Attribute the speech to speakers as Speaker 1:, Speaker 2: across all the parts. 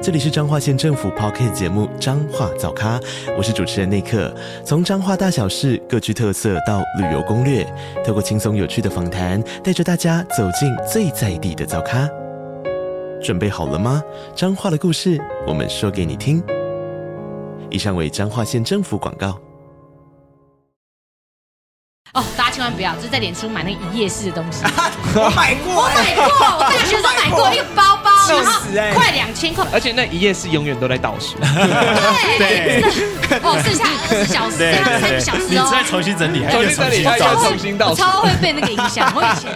Speaker 1: 这里是彰化县政府 p o c k t 节目《彰化早咖》，我是主持人内克。从彰化大小事各具特色到旅游攻略，透过轻松有趣的访谈，带着大家走进最在地的早咖。准备好了吗？彰化的故事，我们说给你听。以上为彰化县政府广告。
Speaker 2: 哦，大家千万不要，就是在脸书买那个一夜式的 东西。
Speaker 3: 我买过
Speaker 2: 我买
Speaker 3: 欸，
Speaker 2: 过，我大学时候买过一个包包，
Speaker 3: 气
Speaker 2: 然后
Speaker 3: 死
Speaker 4: 哎
Speaker 3: 欸
Speaker 2: 快两千块，
Speaker 4: 而且那一夜是永远都在倒数，
Speaker 2: 对，哦，剩下二十小时，剩下三个小时
Speaker 5: 你再
Speaker 2: 哦。
Speaker 5: 重新整理，还
Speaker 4: 重
Speaker 5: 有
Speaker 4: 新整理，
Speaker 2: 我
Speaker 4: 他
Speaker 2: 超
Speaker 4: 要
Speaker 2: 会
Speaker 4: 重新倒
Speaker 2: 我
Speaker 4: 数。
Speaker 2: 超会被那个影响，我以前。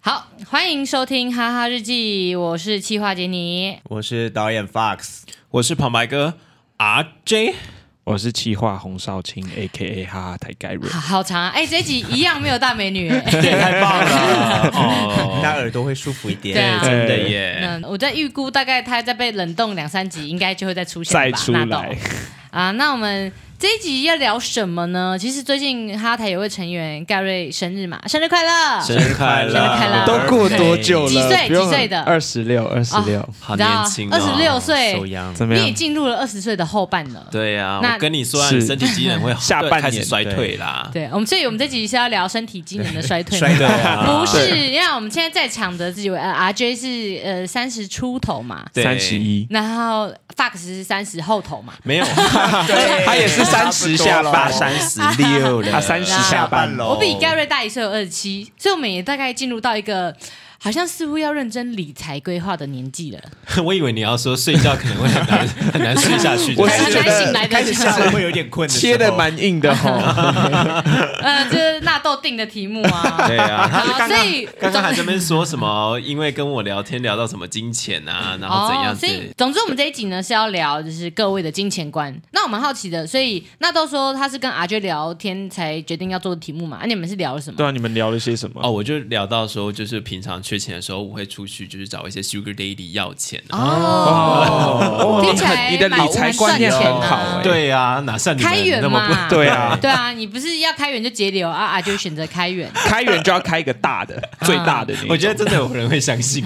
Speaker 2: 好，欢迎收听《哈哈日记》，我是企划杰尼。
Speaker 3: 我是导演 Fox，
Speaker 5: 我是旁白哥 RJ，
Speaker 4: 我是企划洪少卿，A K A 哈哈台盖瑞
Speaker 2: 好。好长啊！哎、这一集一样没有大美女、哎
Speaker 3: 太棒 了，
Speaker 5: 哦，
Speaker 3: 大家耳朵会舒服一点。
Speaker 2: 对啊
Speaker 5: 真的耶，
Speaker 2: 嗯，我在预估大概它再被冷冻两三集，应该就会再出现
Speaker 4: 再
Speaker 2: 吧
Speaker 4: 出
Speaker 2: 纳豆
Speaker 4: 来
Speaker 2: 啊。那我们这一集要聊什么呢？其实最近哈台有位成员盖瑞生日嘛，生日快乐！
Speaker 5: 生日快
Speaker 2: 生日快乐
Speaker 5: 乐！
Speaker 4: 都过多久了？
Speaker 2: 几岁几岁的
Speaker 4: 二十六，二十六。
Speaker 5: 好年轻哦，
Speaker 2: 你知道26岁
Speaker 5: 手痒
Speaker 4: 怎么
Speaker 2: 你
Speaker 4: 样
Speaker 2: 也？进入了二十岁的后半了。
Speaker 5: 对呀，
Speaker 2: 那
Speaker 5: 我跟你说啊，你
Speaker 4: 是
Speaker 5: 身体机能 会
Speaker 4: 下半年
Speaker 5: 开始衰退啦。
Speaker 2: 对，我们所以我们这集是要聊身体机能的 衰退吗。
Speaker 3: 衰退
Speaker 2: 不
Speaker 5: 啊
Speaker 2: 是，因为我们现在在场的自己，呃，RJ 是呃三十出头嘛，
Speaker 5: 对
Speaker 4: 三十一，
Speaker 2: 然后 Fox 是三十后头嘛，
Speaker 5: 没有，
Speaker 3: 对
Speaker 4: 他也是30下巴
Speaker 3: 三十六了，
Speaker 4: 他三十下班
Speaker 3: 喽
Speaker 5: 哦
Speaker 2: 我比盖瑞大一岁，有二十七，所以我们也大概进入到一个好像似乎要认真理财规划的年纪了。
Speaker 5: 我以为你要说睡觉可能会很难 很难睡下去。啊
Speaker 4: 我
Speaker 2: 还
Speaker 4: 是
Speaker 2: 蛮
Speaker 4: 觉
Speaker 2: 难醒
Speaker 4: 得
Speaker 2: 来
Speaker 3: 开始下
Speaker 2: 的，
Speaker 3: 巴会有点困的时 候，
Speaker 4: 切的蛮硬 的吼。
Speaker 2: 呃，这是纳豆定的题目啊。
Speaker 5: 对啊，他
Speaker 2: 好，
Speaker 5: 刚
Speaker 2: 所
Speaker 5: 刚
Speaker 2: 以
Speaker 5: 刚刚还 在那边说什么？因为跟我聊天聊到什么金钱啊，然后怎样
Speaker 2: 哦所以
Speaker 5: 子？
Speaker 2: 总之我们这一集呢是要聊就是各位的金钱观。那我蛮好奇的，所以纳豆说他是跟阿娟聊天才决定要做的题目嘛？啊，你们是聊了什么？
Speaker 4: 对啊，你们聊了些什
Speaker 5: 哦，
Speaker 4: 么？
Speaker 5: 我就聊到说，就是平常缺钱的时候，我会出去就是找一些 sugar daddy 要钱啊。
Speaker 2: 哦，听起来
Speaker 4: 你的
Speaker 2: 蛮
Speaker 4: 理财观念很好
Speaker 2: 蛮赚钱啊
Speaker 4: 哎
Speaker 5: 对啊，哪像你
Speaker 2: 开
Speaker 5: 们
Speaker 2: 源
Speaker 5: 那么不
Speaker 2: 嘛，
Speaker 4: 对啊
Speaker 2: 对啊，你不是要开源就节流啊？阿娟选择开源，
Speaker 4: 开源就要开一个大的， 最大的那 种。
Speaker 5: 我觉得真的有人会相 信、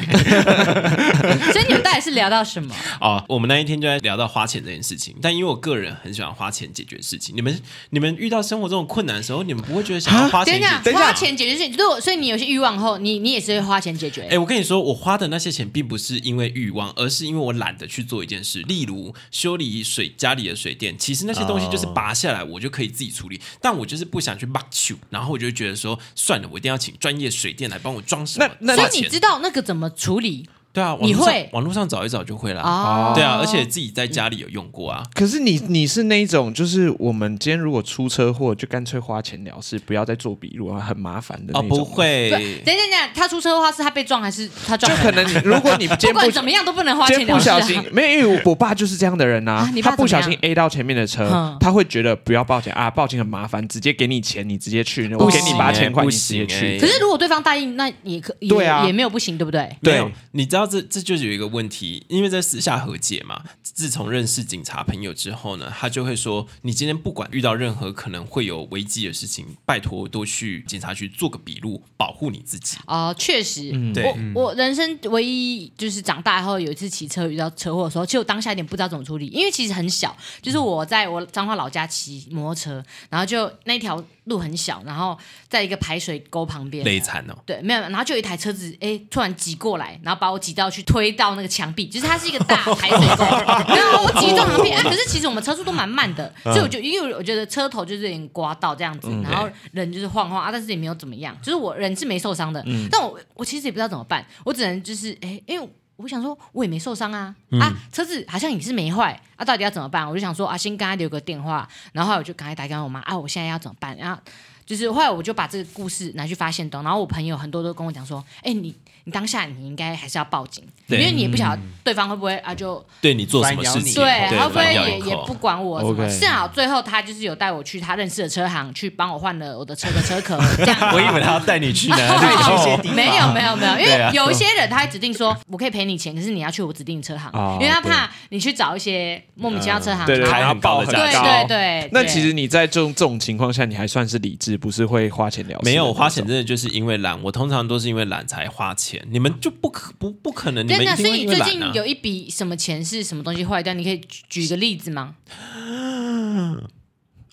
Speaker 2: 所以你们到底是聊到什么？
Speaker 5: 哦，我们那一天就在聊到花钱这件事情，但因为我个人很喜欢花钱解决事情。你们你们遇到生活这种困难的时候，你们不会觉得想要花
Speaker 2: 啊等
Speaker 5: 钱
Speaker 2: 一
Speaker 5: 解
Speaker 2: 下，
Speaker 5: 决？
Speaker 2: 花钱解决事情，如果所以你有些欲望后，你你也是会花钱解决。
Speaker 5: 哎、我跟你说，我花的那些钱并不是因为欲望，而是因为我懒得去做一件事，例如修理水家里的水电。其实那些东西
Speaker 2: 哦
Speaker 5: 就是拔下来，我就可以自己处理，但我就是不想去 mark 然后我就觉得说，算了，我一定要请专业水电来帮我装什么。
Speaker 4: 那
Speaker 2: 所
Speaker 4: 那
Speaker 5: 花
Speaker 2: 以你
Speaker 5: 钱
Speaker 2: 知道那个怎么处理
Speaker 5: 对啊，网
Speaker 2: 你
Speaker 5: 络
Speaker 2: 会
Speaker 5: 上网络上找一找就会啦。
Speaker 2: 哦，
Speaker 5: 对啊，而且自己在家里有用过啊。
Speaker 4: 可是你你是那一种，就是我们今天如果出车祸，就干脆花钱了事，不要再做笔录啊，很麻烦的那
Speaker 5: 哦，
Speaker 4: 种。
Speaker 5: 不，
Speaker 2: 不，等
Speaker 5: 会
Speaker 2: 一，下等一下，他出车祸是他被撞还是他
Speaker 4: 就
Speaker 2: 撞人啊？
Speaker 4: 可能你如果 你
Speaker 2: 不
Speaker 4: 今天
Speaker 2: 管
Speaker 4: 不
Speaker 2: 怎么样都不能花
Speaker 4: 今
Speaker 2: 钱
Speaker 4: 天
Speaker 2: 了
Speaker 4: 不
Speaker 2: 事啊
Speaker 4: 小心，没有，因为我爸就是这样的人
Speaker 2: 啊
Speaker 4: 啊
Speaker 2: 你，爸
Speaker 4: 他不小心
Speaker 2: 怎么
Speaker 4: A 到前面的
Speaker 2: 嗯
Speaker 4: 车，他会觉得不要报警啊，报警很麻烦，直接给你钱，你直接去，我给你
Speaker 2: 行哎
Speaker 4: 八
Speaker 5: 欸
Speaker 4: 千块，
Speaker 5: 不
Speaker 4: 你直接
Speaker 5: 行
Speaker 4: 去
Speaker 5: 欸。
Speaker 2: 可是如果对方答应，那也可也
Speaker 4: 对啊
Speaker 2: 也没有不行，对不对？
Speaker 4: 对
Speaker 5: 没有，你知道这这就是有一个问题，因为在私下和解嘛。自从认识警察朋友之后呢，他就会说，你今天不管遇到任何可能会有危机的事情，拜托多去警察局做个笔录，保护你自己。
Speaker 2: 哦，确实，
Speaker 5: 对
Speaker 2: 我我人生唯一就是长大后有一次骑车遇到车祸的时候，其实我当下有点不知道怎么处理，因为其实很小，就是我在我彰化老家骑摩托车，然后就那条路很小，然后在一个排水沟旁边，
Speaker 5: 累惨哦，
Speaker 2: 对，没有，然后就有一台车子，哎，突然挤过来，然后把我挤到去推到那个墙壁，就是它是一个大排水沟，然后我挤中墙壁，哎，可是其实我们车速都蛮慢的，所以我就因为我觉得车头就是有点刮到这样子，然后人就是晃晃啊，但是也没有怎么样，就是我人是没受伤的，但我我其实也不知道怎么办，我只能就是哎，因为。我想说，我也没受伤啊，啊，车子好像也是没坏啊，到底要怎么办？我就想说啊，先跟他留个电话，然后后来我就赶快打给我妈啊，我现在要怎么办？然后就是后来我就把这个故事拿去发现东，然后我朋友很多都跟我讲说，哎、你你当下你应该还是要报警，因
Speaker 5: 对
Speaker 2: 为你也不晓得对方会不会啊就
Speaker 5: 对你做什么事情，
Speaker 2: 对，然后不然
Speaker 5: 嗯反咬
Speaker 2: 也
Speaker 5: 一
Speaker 2: 也不
Speaker 5: 口，
Speaker 2: 管我什么。
Speaker 4: OK
Speaker 2: 幸好最后他就是有带我去他认识的车行去帮我换了我的车的车壳，这 样。
Speaker 3: 我以为他要带你去 哪里，
Speaker 2: 没有没有没有，因
Speaker 3: 对
Speaker 2: 为
Speaker 3: 啊
Speaker 2: 有一些人他还指定说，我可以赔你钱，可是你要去我指定的车行，
Speaker 4: 哦
Speaker 2: 因为他怕你去找一些莫名其妙车行，
Speaker 4: 对对，
Speaker 2: 然
Speaker 5: 开
Speaker 2: 后
Speaker 5: 很高的
Speaker 4: 很
Speaker 5: 价
Speaker 2: 对
Speaker 5: 格
Speaker 2: 对对。
Speaker 4: 那
Speaker 2: 对
Speaker 4: 其实你在这种这种情况下，你还算是理智，不是会花钱了事的那种。
Speaker 5: 没有花钱，真的就是因为懒。我通常都是因为懒才花钱，你们就不可不不可能，你们
Speaker 2: 真
Speaker 5: 一
Speaker 2: 的，
Speaker 5: 定
Speaker 2: 所
Speaker 5: 会
Speaker 2: 以
Speaker 5: 因
Speaker 2: 你
Speaker 5: 为
Speaker 2: 最
Speaker 5: 懒
Speaker 2: 近
Speaker 5: 啊。
Speaker 2: 有一笔什么钱是什么东西坏掉？你可以举举个例子吗？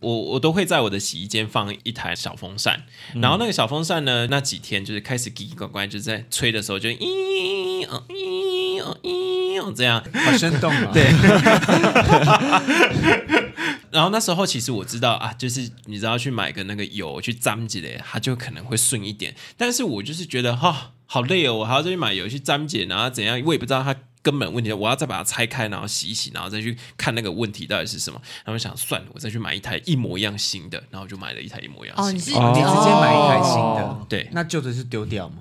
Speaker 5: 我我都会在我的洗衣间放一台小风扇，然后那个小风扇呢，那几天就是开始叽叽呱呱，就是在吹的时候就咦哦咦哦咦哦这样，
Speaker 3: 好生 动啊！对，
Speaker 5: 然后那时候其实我知道啊，就是你知道去买个那个油去沾几嘞，它就可能会顺一点。但是我就是觉得哈、好累哦，我还要再去买油去沾解，然后怎样，我也不知道它根本问题，我要再把它拆开，然后洗一洗，然后再去看那个问题到底是什么。然后我想算了，我再去买一台一模一样新的，然后我就买了一台一模一样
Speaker 2: 哦，
Speaker 5: 新
Speaker 2: 你
Speaker 5: 的。
Speaker 2: 是
Speaker 4: 哦
Speaker 3: 你直接买一台新
Speaker 6: 哦
Speaker 2: 哦
Speaker 3: 的，
Speaker 5: 对
Speaker 3: 那旧的是丢掉吗？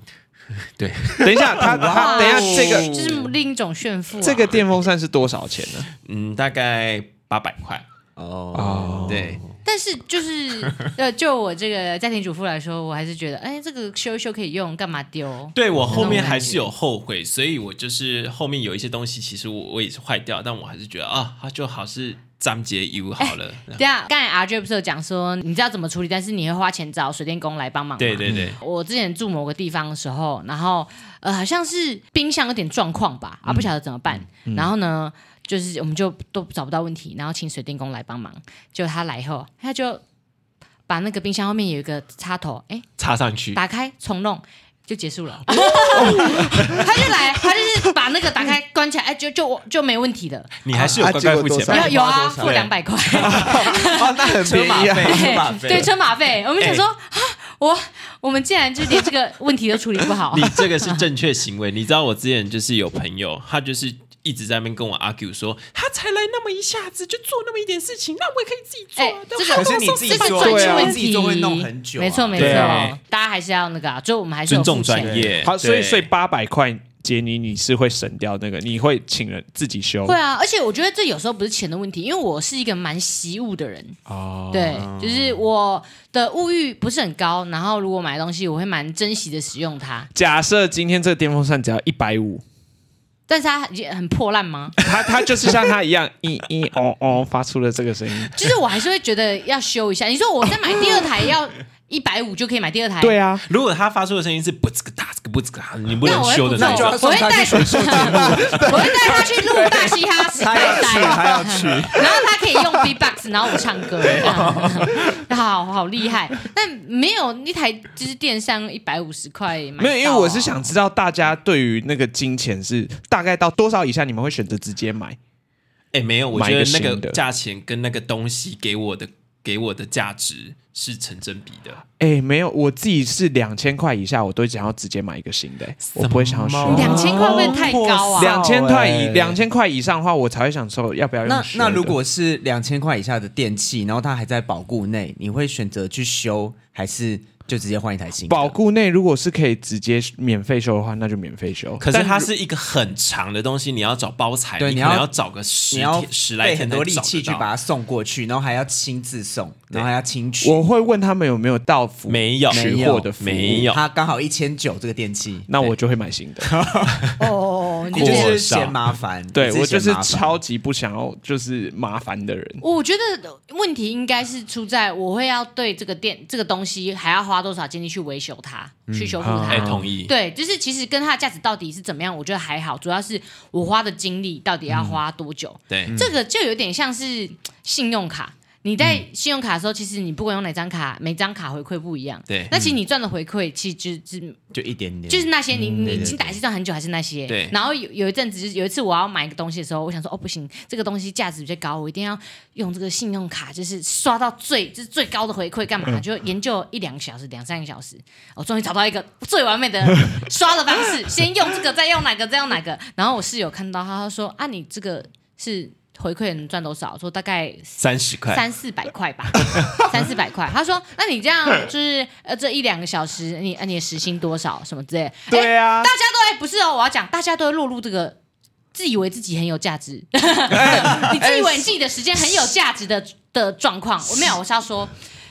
Speaker 5: 对，
Speaker 4: 等一下，他他
Speaker 5: 啊
Speaker 4: 等一下这
Speaker 2: 就
Speaker 4: 个
Speaker 2: 是另一种炫富啊。
Speaker 4: 这个电风扇是多少钱 呢？
Speaker 5: 嗯，大概八百块。
Speaker 3: 哦，
Speaker 5: 对，
Speaker 2: 但是就是 呃，就我这个家庭主妇来说，我还是觉得，哎，这个修一修可以用，干嘛丢？
Speaker 5: 对我后面还是有后悔，所以我就是后面有一些东西，其实我我也是坏掉，但我还是觉得啊，它就好是沾解油好了。
Speaker 2: 对啊，刚才 R J 不是有讲说，你知道怎么处理，但是你会花钱找水电工来帮忙。
Speaker 5: 对。对对，
Speaker 2: 我之前住某个地方的时候，然后呃，好像是冰箱有点状况吧，
Speaker 3: 嗯
Speaker 2: 啊，不晓得怎么办。然后呢，就是我们就都找不到问题，然后请水电工来帮忙。就他来以后，他就把那个冰箱后面有一个插头，哎，
Speaker 5: 插上去，
Speaker 2: 打开重弄就结束 了。他就来，他就是把那个打开关起来，哎，就就就没问 题了。
Speaker 5: 你还是有乖乖付钱
Speaker 3: 那
Speaker 2: 然后
Speaker 5: 吧
Speaker 3: 啊结果多少？
Speaker 2: 有啊，
Speaker 3: 花少
Speaker 2: 付两百块，
Speaker 3: 哦，那很 便宜啊，
Speaker 2: 对
Speaker 3: 马费
Speaker 2: 对，车马费。我们
Speaker 3: 哎
Speaker 2: 想说啊，我 我们竟然就连这个问题都处理不好
Speaker 5: 你。这个是正确行为。你知道我之前就是有朋友，他就是。一直在那边跟我 argue 说，他才来那么一下子就做那么一点事情，那我也可以自己做
Speaker 2: 哎
Speaker 5: 啊。，
Speaker 2: 这
Speaker 5: 对吧
Speaker 2: 个
Speaker 3: 可是你自己
Speaker 2: 这是
Speaker 3: 做
Speaker 2: 专
Speaker 4: 对
Speaker 2: 业
Speaker 4: 啊
Speaker 2: 问
Speaker 3: 自己
Speaker 2: 题，
Speaker 3: 做会弄很久啊
Speaker 2: 没错没错
Speaker 5: 对啊，
Speaker 2: 大家还是要那个啊，就我们还是有
Speaker 5: 尊重
Speaker 2: 付钱
Speaker 5: 专。业。
Speaker 4: 好，所以
Speaker 5: 对
Speaker 4: 所以八百块杰尼你是会省掉那个，你会请人自己修
Speaker 2: 会啊，而且我觉得这有时候不是钱的问题，因为我是一个蛮习物的人，
Speaker 4: 哦，
Speaker 2: 对，就是我的物欲不是很高，然后如果买东西，我会蛮珍惜的使用它。
Speaker 4: 假设今天这个电风扇只要一百五，？
Speaker 2: 但是它已经很破烂吗
Speaker 4: 它它就是像它一样，一一哦哦发出了这个声音。
Speaker 2: 就是我还是会觉得要修一下。你说我再买第二台要一百五就可以买第 二台？
Speaker 4: 对啊，
Speaker 5: 如果他发出的声音是不这个大这个不这个大，你不
Speaker 2: 那
Speaker 5: 能
Speaker 2: 我会
Speaker 5: 修的
Speaker 2: 不啊做
Speaker 5: 那
Speaker 3: 就
Speaker 5: 种
Speaker 3: 要，
Speaker 2: 我
Speaker 3: 送
Speaker 2: 会
Speaker 3: 他
Speaker 2: 带
Speaker 3: 去
Speaker 2: 他
Speaker 3: 水
Speaker 2: 去， 我会带他去录大嘻哈时
Speaker 3: 他要
Speaker 2: 代
Speaker 3: 去，
Speaker 2: 赛，
Speaker 3: 他要去。
Speaker 2: 然后他可以用 B-box，然后我唱歌，这样好好厉害。但没有一台就是电商一百五十块买不到啊，
Speaker 4: 没有，因为我是想知道大家对于那个金钱是大概到多少以下，你们会选择直接买？
Speaker 5: 哎、没有，我
Speaker 4: 买一
Speaker 5: 觉
Speaker 4: 个
Speaker 5: 得那
Speaker 4: 新的
Speaker 5: 个价钱跟那个东西给我的给我的价值是成正比的。
Speaker 4: 哎，没有，我自己是两千块以下，我都想要直接买一个新的，我不会想要
Speaker 3: 什
Speaker 4: 修。
Speaker 3: 么
Speaker 2: 两千块会不会太高啊？
Speaker 4: 两千块以
Speaker 3: 欸
Speaker 4: 两千块以上的话，我才会想说要不要用
Speaker 3: 那
Speaker 4: 修的。
Speaker 3: 那如果是两千块以下的电器，然后它还在保固内，你会选择去修，还是就直接换一台新的？
Speaker 4: 保固内如果是可以直接免费修的话，那就免费修。
Speaker 5: 可是
Speaker 4: 但
Speaker 5: 它
Speaker 4: 如
Speaker 5: 是一个很长的东西，你要找包材，
Speaker 3: 对
Speaker 5: 你
Speaker 3: 你
Speaker 5: 可能
Speaker 3: 要
Speaker 5: 要找个十
Speaker 3: 你要
Speaker 5: 天十来
Speaker 3: 费
Speaker 5: 天
Speaker 3: 很
Speaker 5: 才
Speaker 3: 多力
Speaker 5: 找
Speaker 3: 气
Speaker 5: 得
Speaker 3: 去
Speaker 5: 到
Speaker 3: 把它送过去，然后还要亲自送，然后还要亲取。
Speaker 4: 我会问他们有没有到付，
Speaker 5: 没有
Speaker 3: 没
Speaker 4: 取
Speaker 3: 有
Speaker 4: 货的服务
Speaker 5: 没有
Speaker 3: 它刚好一千九这个电器，
Speaker 4: 那我就会买新的。
Speaker 2: 哦哦哦，
Speaker 3: 你
Speaker 2: 你
Speaker 3: 就
Speaker 2: 这
Speaker 3: 是
Speaker 2: 个
Speaker 3: 嫌麻烦，
Speaker 4: 对
Speaker 3: 你
Speaker 4: 我就
Speaker 3: 嫌
Speaker 4: 是
Speaker 3: 麻烦
Speaker 4: 超级不想要就是麻烦的人。
Speaker 2: 我觉得问题应该是出在我会要对这个店这个东西还要花多少精力去维修它，去修复它。
Speaker 5: 哎、同意。
Speaker 2: 对，就是其实跟它的价值到底是怎么样，我觉得还好，主要是我花的精力到底要花多久。
Speaker 5: 对，
Speaker 2: 这个就有点像是嘖信用卡。你在信用卡的时候，其实你不管用哪张卡，每张卡回馈不一样。
Speaker 5: 对
Speaker 2: 那其实你赚的回馈，其实就是
Speaker 3: 就一点点，
Speaker 2: 就是那些你你
Speaker 3: 对
Speaker 2: 已
Speaker 3: 对
Speaker 2: 经打戏赚很久，还是那些。
Speaker 5: 对
Speaker 2: 然后有有一阵子，就是有一次我要买一个东西的时候，我想说，哦不行，这个东西价值比较高，我一定要用这个信用卡，就是刷到最就是最高的回馈，干
Speaker 3: 嗯
Speaker 2: 嘛？就研究一两个小时、两三个小时，我终于找到一个最完美的刷的方式，先用这个，再用哪个，再用哪个。然后我室友看到他，他说啊，你这个是。回馈能赚多少？说大概
Speaker 5: 三十块，
Speaker 2: 三四百块吧， 三四百块。他说：“那你这样就是呃，这一两个小时，你呃你的时薪多少什么之类的？”
Speaker 4: 对啊
Speaker 2: 哎大家都哎不是哦，我要讲，大家都会落入这个自以为自己很有价值， 你自以为你自己的时间很有价值的的状况。我没有，我是要说。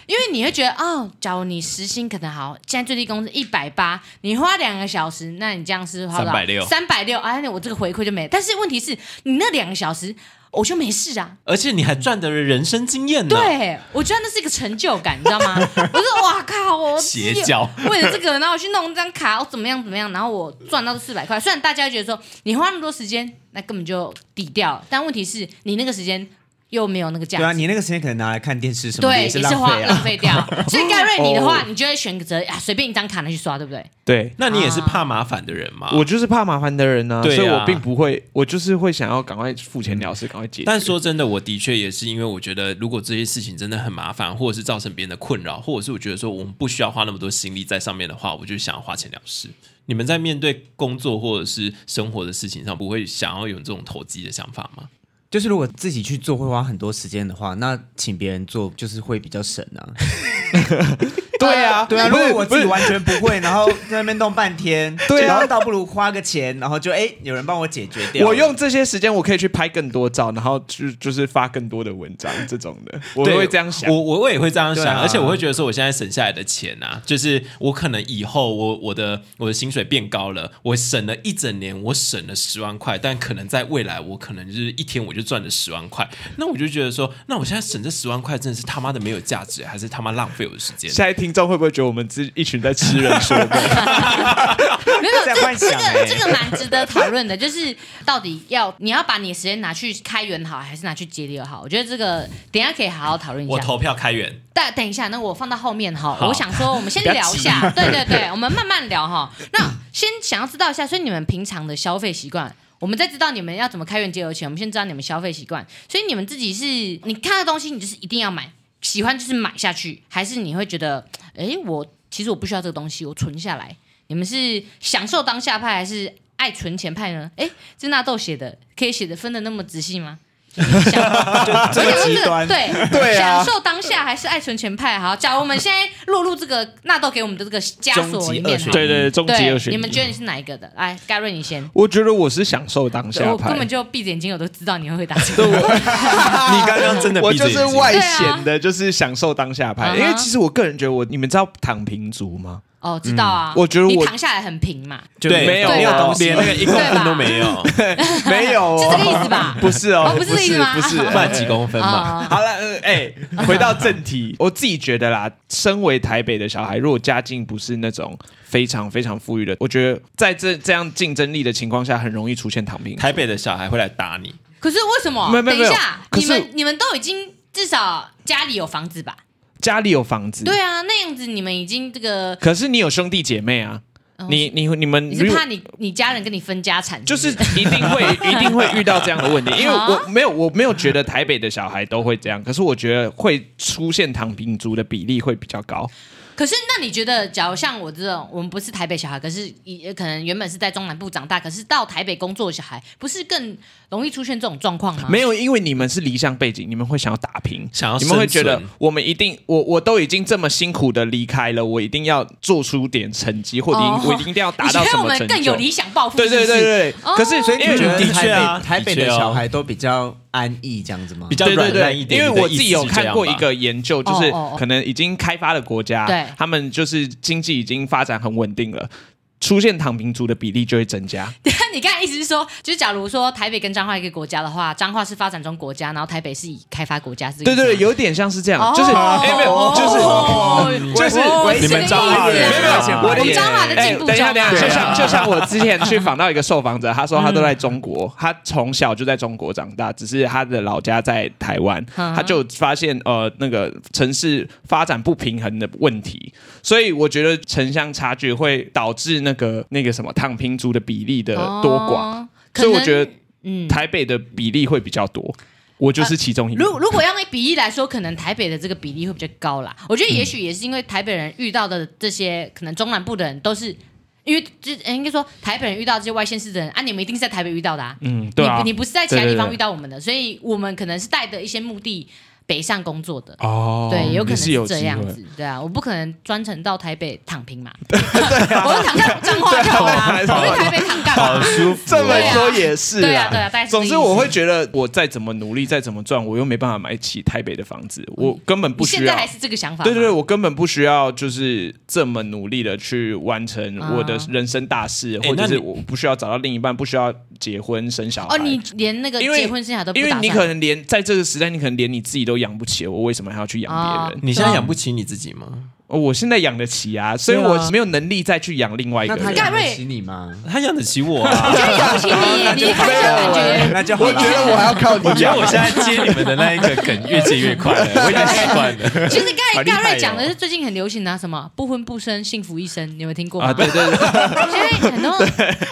Speaker 2: 因为你会觉得哦，假如你时薪可能好，现在最低工资一百八，你花两个小时，那你这样是花
Speaker 5: 360
Speaker 2: 三百六，哎，那我这个回馈就没了。但是问题是你那两个小时，我就没事啊，
Speaker 5: 而且你还赚得了人生经验呢。，
Speaker 2: 对，我觉得那是一个成就感，你知道 吗？我说哇靠，我
Speaker 5: 邪教
Speaker 2: 为了这个，然后我去弄一张卡，我哦怎么样怎么样，然后我赚到四百块。虽然大家会觉得说你花那么多时间，那根本就抵掉了，但问题是你那个时间又没有那个价
Speaker 3: 对啊，
Speaker 2: 值。
Speaker 3: 你那个时间可能拿来看电视什么的，
Speaker 2: 对，
Speaker 3: 也
Speaker 2: 也
Speaker 3: 是
Speaker 2: 是
Speaker 3: 浪
Speaker 2: 花
Speaker 3: 费
Speaker 2: 浪
Speaker 3: 啊。
Speaker 2: 费掉。 所以盖瑞，你的话
Speaker 4: 哦，
Speaker 2: 你就会选择啊，随便一张卡拿去刷，对 不对？
Speaker 4: 对，
Speaker 5: 那你也
Speaker 2: 啊
Speaker 5: 是怕麻烦的人嘛？
Speaker 4: 我就是怕麻烦的人呢、
Speaker 5: 对啊
Speaker 4: 所以我并不会，我就是会想要赶快付钱了事，赶快解决。
Speaker 5: 但说真的，我的确也是因为我觉得，如果这些事情真的很麻烦，或者是造成别人的困扰，或者是我觉得说我们不需要花那么多心力在上面的话，我就想要花钱了事。你们在面对工作或者是生活的事情上，不会想要有这种投机的想法吗？
Speaker 3: 就是如果自己去做会花很多时间的话，那请别人做就是会比较省啊。
Speaker 4: 对啊，
Speaker 3: 对啊，如
Speaker 4: 不
Speaker 3: 果
Speaker 4: 是
Speaker 3: 我
Speaker 4: 不
Speaker 3: 自己
Speaker 4: 是
Speaker 3: 完全不会，然后在那边弄半天，
Speaker 4: 对啊
Speaker 3: 然后倒不如花个钱，然后就哎有人帮我解决掉。
Speaker 4: 我用这些时间，我可以去拍更多照，然后就就是发更多的文章这种的，我
Speaker 5: 对
Speaker 4: 会这样想。
Speaker 5: 我我我也会这样想，
Speaker 3: 对啊
Speaker 5: 而且我会觉得说，我现在省下来的钱啊，就是我可能以后我我的我的薪水变高了，我省了一整年，我省了十万块，但可能在未来我可能就是一天我就赚了十万块，那我就觉得说，那我现在省这十万块真的是他妈的没有价值，欸还是他妈浪费我的时间？
Speaker 4: 现在听众会不会觉得我们是一群在痴人说梦？
Speaker 2: 没有，
Speaker 3: 在
Speaker 2: 这
Speaker 3: 幻想
Speaker 2: 这
Speaker 3: 欸
Speaker 2: 个这个蛮值得讨论的，就是到底要你要把你的时间拿去开源好，还是拿去节流好？我觉得这个等一下可以好好讨论一
Speaker 5: 我
Speaker 2: 下。
Speaker 5: 投票开源，
Speaker 2: 但等一下，那我放到后面哈。
Speaker 5: 好
Speaker 2: 我想说，我们先聊一
Speaker 5: 不
Speaker 2: 下，对对对，我 们慢慢聊哈。那先想要知道一下，所以你们平常的消费习惯，我们再知道你们要怎么开源节流前，我们先知道你们消费习惯。所以你们自己是，你看到东西你就是一定要买，喜欢就是买下去，还是你会觉得，哎，我其实我不需要这个东西，我存下来。你们是享受当下派还是爱存钱派呢？哎，这纳豆写的可以写的分的那么仔细吗？就是想
Speaker 3: 这
Speaker 2: 我想
Speaker 3: 个
Speaker 2: 说
Speaker 3: 极
Speaker 2: 这个
Speaker 3: 端，
Speaker 2: 对
Speaker 4: 对
Speaker 2: 享
Speaker 4: 啊
Speaker 2: 受当下还是爱存钱派好？假如我们现在落入这个纳豆给我们的这个枷
Speaker 5: 终
Speaker 2: 锁
Speaker 5: 极
Speaker 2: 里
Speaker 5: 二
Speaker 2: 面
Speaker 5: 选
Speaker 2: 哈，
Speaker 5: 一
Speaker 4: 对对，终极二选
Speaker 2: 对，你
Speaker 4: 一。
Speaker 2: 们觉得你是哪一个的？来，盖瑞你先，
Speaker 4: 我觉得我是享受当
Speaker 2: 对
Speaker 4: 下
Speaker 2: 我根
Speaker 4: 派
Speaker 2: 本，就闭着眼睛我都知道你会回答这
Speaker 4: 对啊
Speaker 2: 个。
Speaker 4: 我
Speaker 5: 你刚刚真的
Speaker 4: 我
Speaker 5: 闭着
Speaker 4: 就
Speaker 5: 眼
Speaker 4: 是
Speaker 5: 睛
Speaker 4: 外显的，就是享受当下
Speaker 2: 啊
Speaker 4: 派。
Speaker 2: 哈
Speaker 4: 因为其实我个人觉得我，你们知道躺平族吗？
Speaker 2: 哦，知道啊，
Speaker 4: 我觉得我
Speaker 2: 你躺下来很平嘛，
Speaker 3: 就
Speaker 5: 对
Speaker 4: 没有啊
Speaker 2: 没有东
Speaker 5: 连那个一公分都没 有，
Speaker 4: 没 有
Speaker 2: 是
Speaker 4: 哦，
Speaker 2: 这个意思吧？
Speaker 4: 不是哦
Speaker 2: 哦，不是这
Speaker 4: 不
Speaker 2: 个意思
Speaker 4: 是
Speaker 2: 吗
Speaker 4: 不是，
Speaker 5: 不然几公分嘛？
Speaker 2: 啊，
Speaker 4: 好了，呃哎、回到正题，我自己觉得啦，身为台北的小孩，如果家境不是那种非常非常富裕的，我觉得在这这样竞争力的情况下，很容易出现躺 平。
Speaker 5: 台北的小孩会来打你，
Speaker 2: 可是为什么？
Speaker 4: 没有没
Speaker 2: 等
Speaker 4: 有
Speaker 2: 一下，
Speaker 4: 没有可
Speaker 2: 你
Speaker 4: 是
Speaker 2: 们你们都已经至少家里有房子吧？
Speaker 4: 家里有房子，
Speaker 2: 对啊，那样子你们已经这个，
Speaker 4: 可是你有兄弟姐妹啊，
Speaker 2: 哦
Speaker 4: 你你你们
Speaker 2: 你是
Speaker 4: 如果
Speaker 2: 怕你你家人跟你分家产，
Speaker 4: 就是
Speaker 2: 不
Speaker 4: 一定会 一定会遇到这样的问题，因为我
Speaker 2: 哦
Speaker 4: 没有我没有觉得台北的小孩都会这样，可是我觉得会出现躺平族的比例会比较高。
Speaker 2: 可是，那你觉得，假如像我这种，我们不是台北小孩，可是也可能原本是在中南部长大，可是到台北工作的小孩，不是更容易出现这种状况吗？
Speaker 4: 没有，因为你们是离乡背景，你们会想要打拼，
Speaker 5: 啊想要
Speaker 4: 你们会
Speaker 5: 生
Speaker 4: 觉
Speaker 5: 存
Speaker 4: 得我们一定，我我都已经这么辛苦的离开了，我一定要做出点成绩，或者一定、
Speaker 2: 哦
Speaker 4: 我一定要达到
Speaker 2: 你觉
Speaker 4: 什
Speaker 2: 得我
Speaker 4: 么
Speaker 2: 们
Speaker 4: 成
Speaker 2: 更有
Speaker 4: 就。
Speaker 2: 理想抱负？
Speaker 4: 对对对
Speaker 2: 是
Speaker 4: 对，
Speaker 2: 哦
Speaker 4: 可是所以
Speaker 3: 因为
Speaker 5: 你
Speaker 3: 觉得
Speaker 5: 的
Speaker 3: 台
Speaker 5: 确啊
Speaker 3: 北台北
Speaker 5: 的
Speaker 3: 的
Speaker 5: 确哦
Speaker 3: 小孩都比较安逸这样子吗？
Speaker 5: 比较
Speaker 4: 对对
Speaker 5: 软烂一
Speaker 4: 对，
Speaker 5: 点
Speaker 4: 因为
Speaker 5: 你的
Speaker 4: 我
Speaker 5: 意
Speaker 4: 自己
Speaker 5: 思
Speaker 4: 有
Speaker 5: 是这
Speaker 4: 看
Speaker 5: 样
Speaker 4: 过
Speaker 5: 吧
Speaker 4: 一个研究，就
Speaker 2: 哦
Speaker 4: 是
Speaker 2: 哦哦
Speaker 4: 可能已经开发的国家，
Speaker 2: 对
Speaker 4: 他们就是经济已经发展很稳定了，出现躺平族的比例就会 增加。
Speaker 2: 你刚才意思是说，就是假如说台北跟彰化一个国家的话，彰化是发展中国家，然后台北是以开发国家，是这个
Speaker 4: 对
Speaker 2: 意思吗
Speaker 4: 对，有点像是这样
Speaker 2: 哦，
Speaker 4: 就是哎没有，就是就是
Speaker 2: 哦
Speaker 3: 你们
Speaker 2: 这个
Speaker 3: 彰化
Speaker 2: 意思
Speaker 3: 人
Speaker 4: 没有没有
Speaker 2: 我
Speaker 4: 我
Speaker 2: 们彰化的
Speaker 4: 哎，
Speaker 2: 进步
Speaker 4: 等一下，
Speaker 2: 中
Speaker 4: 等
Speaker 2: 嘛
Speaker 4: 一下，就像
Speaker 5: 对啊
Speaker 4: 就像我之前去访到一个受访者，他说他
Speaker 2: 嗯
Speaker 4: 都在中国，他从小就在中国长大，只是他的老家在台湾，
Speaker 2: 嗯
Speaker 4: 他就发现呃那个城市发展不平衡的问题，所以我觉得城乡差距会导致那个那个什么躺平族的比例的多寡，
Speaker 2: 哦
Speaker 4: 所以我
Speaker 2: 可
Speaker 4: 觉得
Speaker 2: 能嗯。呃
Speaker 4: 台北的比例会比较多，我就是其中一个。
Speaker 2: 如如果要按比例来说，可能台北的这个比例会比较高啦。我觉得也许也是因为台北人遇到的这些可能中南部的人都是。因为这呃应该说台北人遇到这些外县市的人啊，你们一定是在台北遇到的啊，
Speaker 4: 嗯，对啊，
Speaker 2: 你你不是在其他地
Speaker 4: 对对
Speaker 2: 方
Speaker 4: 对
Speaker 2: 遇到我们的，所以我们可能是带着一些目的北上工作的。
Speaker 4: 哦，
Speaker 2: 对，有可能
Speaker 4: 也是有
Speaker 2: 这
Speaker 4: 机
Speaker 2: 样
Speaker 4: 会
Speaker 2: 子，对啊，我不可能专程到台北躺平 嘛，我就躺下彰化就好啦，
Speaker 4: 啊对啊
Speaker 2: 我去台北躺干嘛？
Speaker 1: 舒服
Speaker 4: 这么说也是
Speaker 2: 对啊对啊大概是这
Speaker 4: 总
Speaker 2: 个意思
Speaker 4: 之，我会觉得我再怎么努力，再怎么赚，我又没办法买起台北的房子，我根本
Speaker 2: 嗯你
Speaker 4: 不
Speaker 2: 现
Speaker 4: 需
Speaker 2: 在
Speaker 4: 要。
Speaker 2: 还是啊这个想法？
Speaker 4: 对对对，，我根本不需要，就是这么努力的去完成我的
Speaker 2: 啊
Speaker 4: 人生大事，
Speaker 5: 哎
Speaker 4: 或者
Speaker 5: 那
Speaker 4: 是
Speaker 5: 你
Speaker 4: 我不需要找到另一半，不需要结婚生小孩。
Speaker 2: 哦，你连那个
Speaker 4: 因为
Speaker 2: 结婚生小孩都不
Speaker 4: 因为
Speaker 2: 打
Speaker 4: 你
Speaker 2: 算
Speaker 4: 可能连在这个时代，你可能连你自己都养不起，我为什么还要去养别
Speaker 2: 哦
Speaker 4: 人？
Speaker 5: 你现在养不起你自己吗？
Speaker 4: 哦我现在养得起啊，所以
Speaker 5: 对啊
Speaker 4: 我没有能力再去养另外一个
Speaker 3: 那他
Speaker 4: 人。
Speaker 2: 干
Speaker 3: 养
Speaker 2: 瑞
Speaker 3: 得起你吗？
Speaker 5: 他养得起我啊！
Speaker 2: 就养不起 你，你看这感啊觉，
Speaker 4: 啊
Speaker 3: 那就好
Speaker 1: 我
Speaker 3: 了
Speaker 1: 觉得我还要靠你
Speaker 5: 我觉
Speaker 1: 养
Speaker 5: 得我现在接你们的那一个梗越接越快了，我已经习惯 了。
Speaker 2: 其实
Speaker 5: 好
Speaker 2: 盖
Speaker 5: 厉害
Speaker 2: 盖
Speaker 5: 哦
Speaker 2: 瑞讲的是最近很流行的啊什么不婚不生幸福一生，你有没有听过吗？
Speaker 4: 啊，对对对，
Speaker 2: 现在很多，我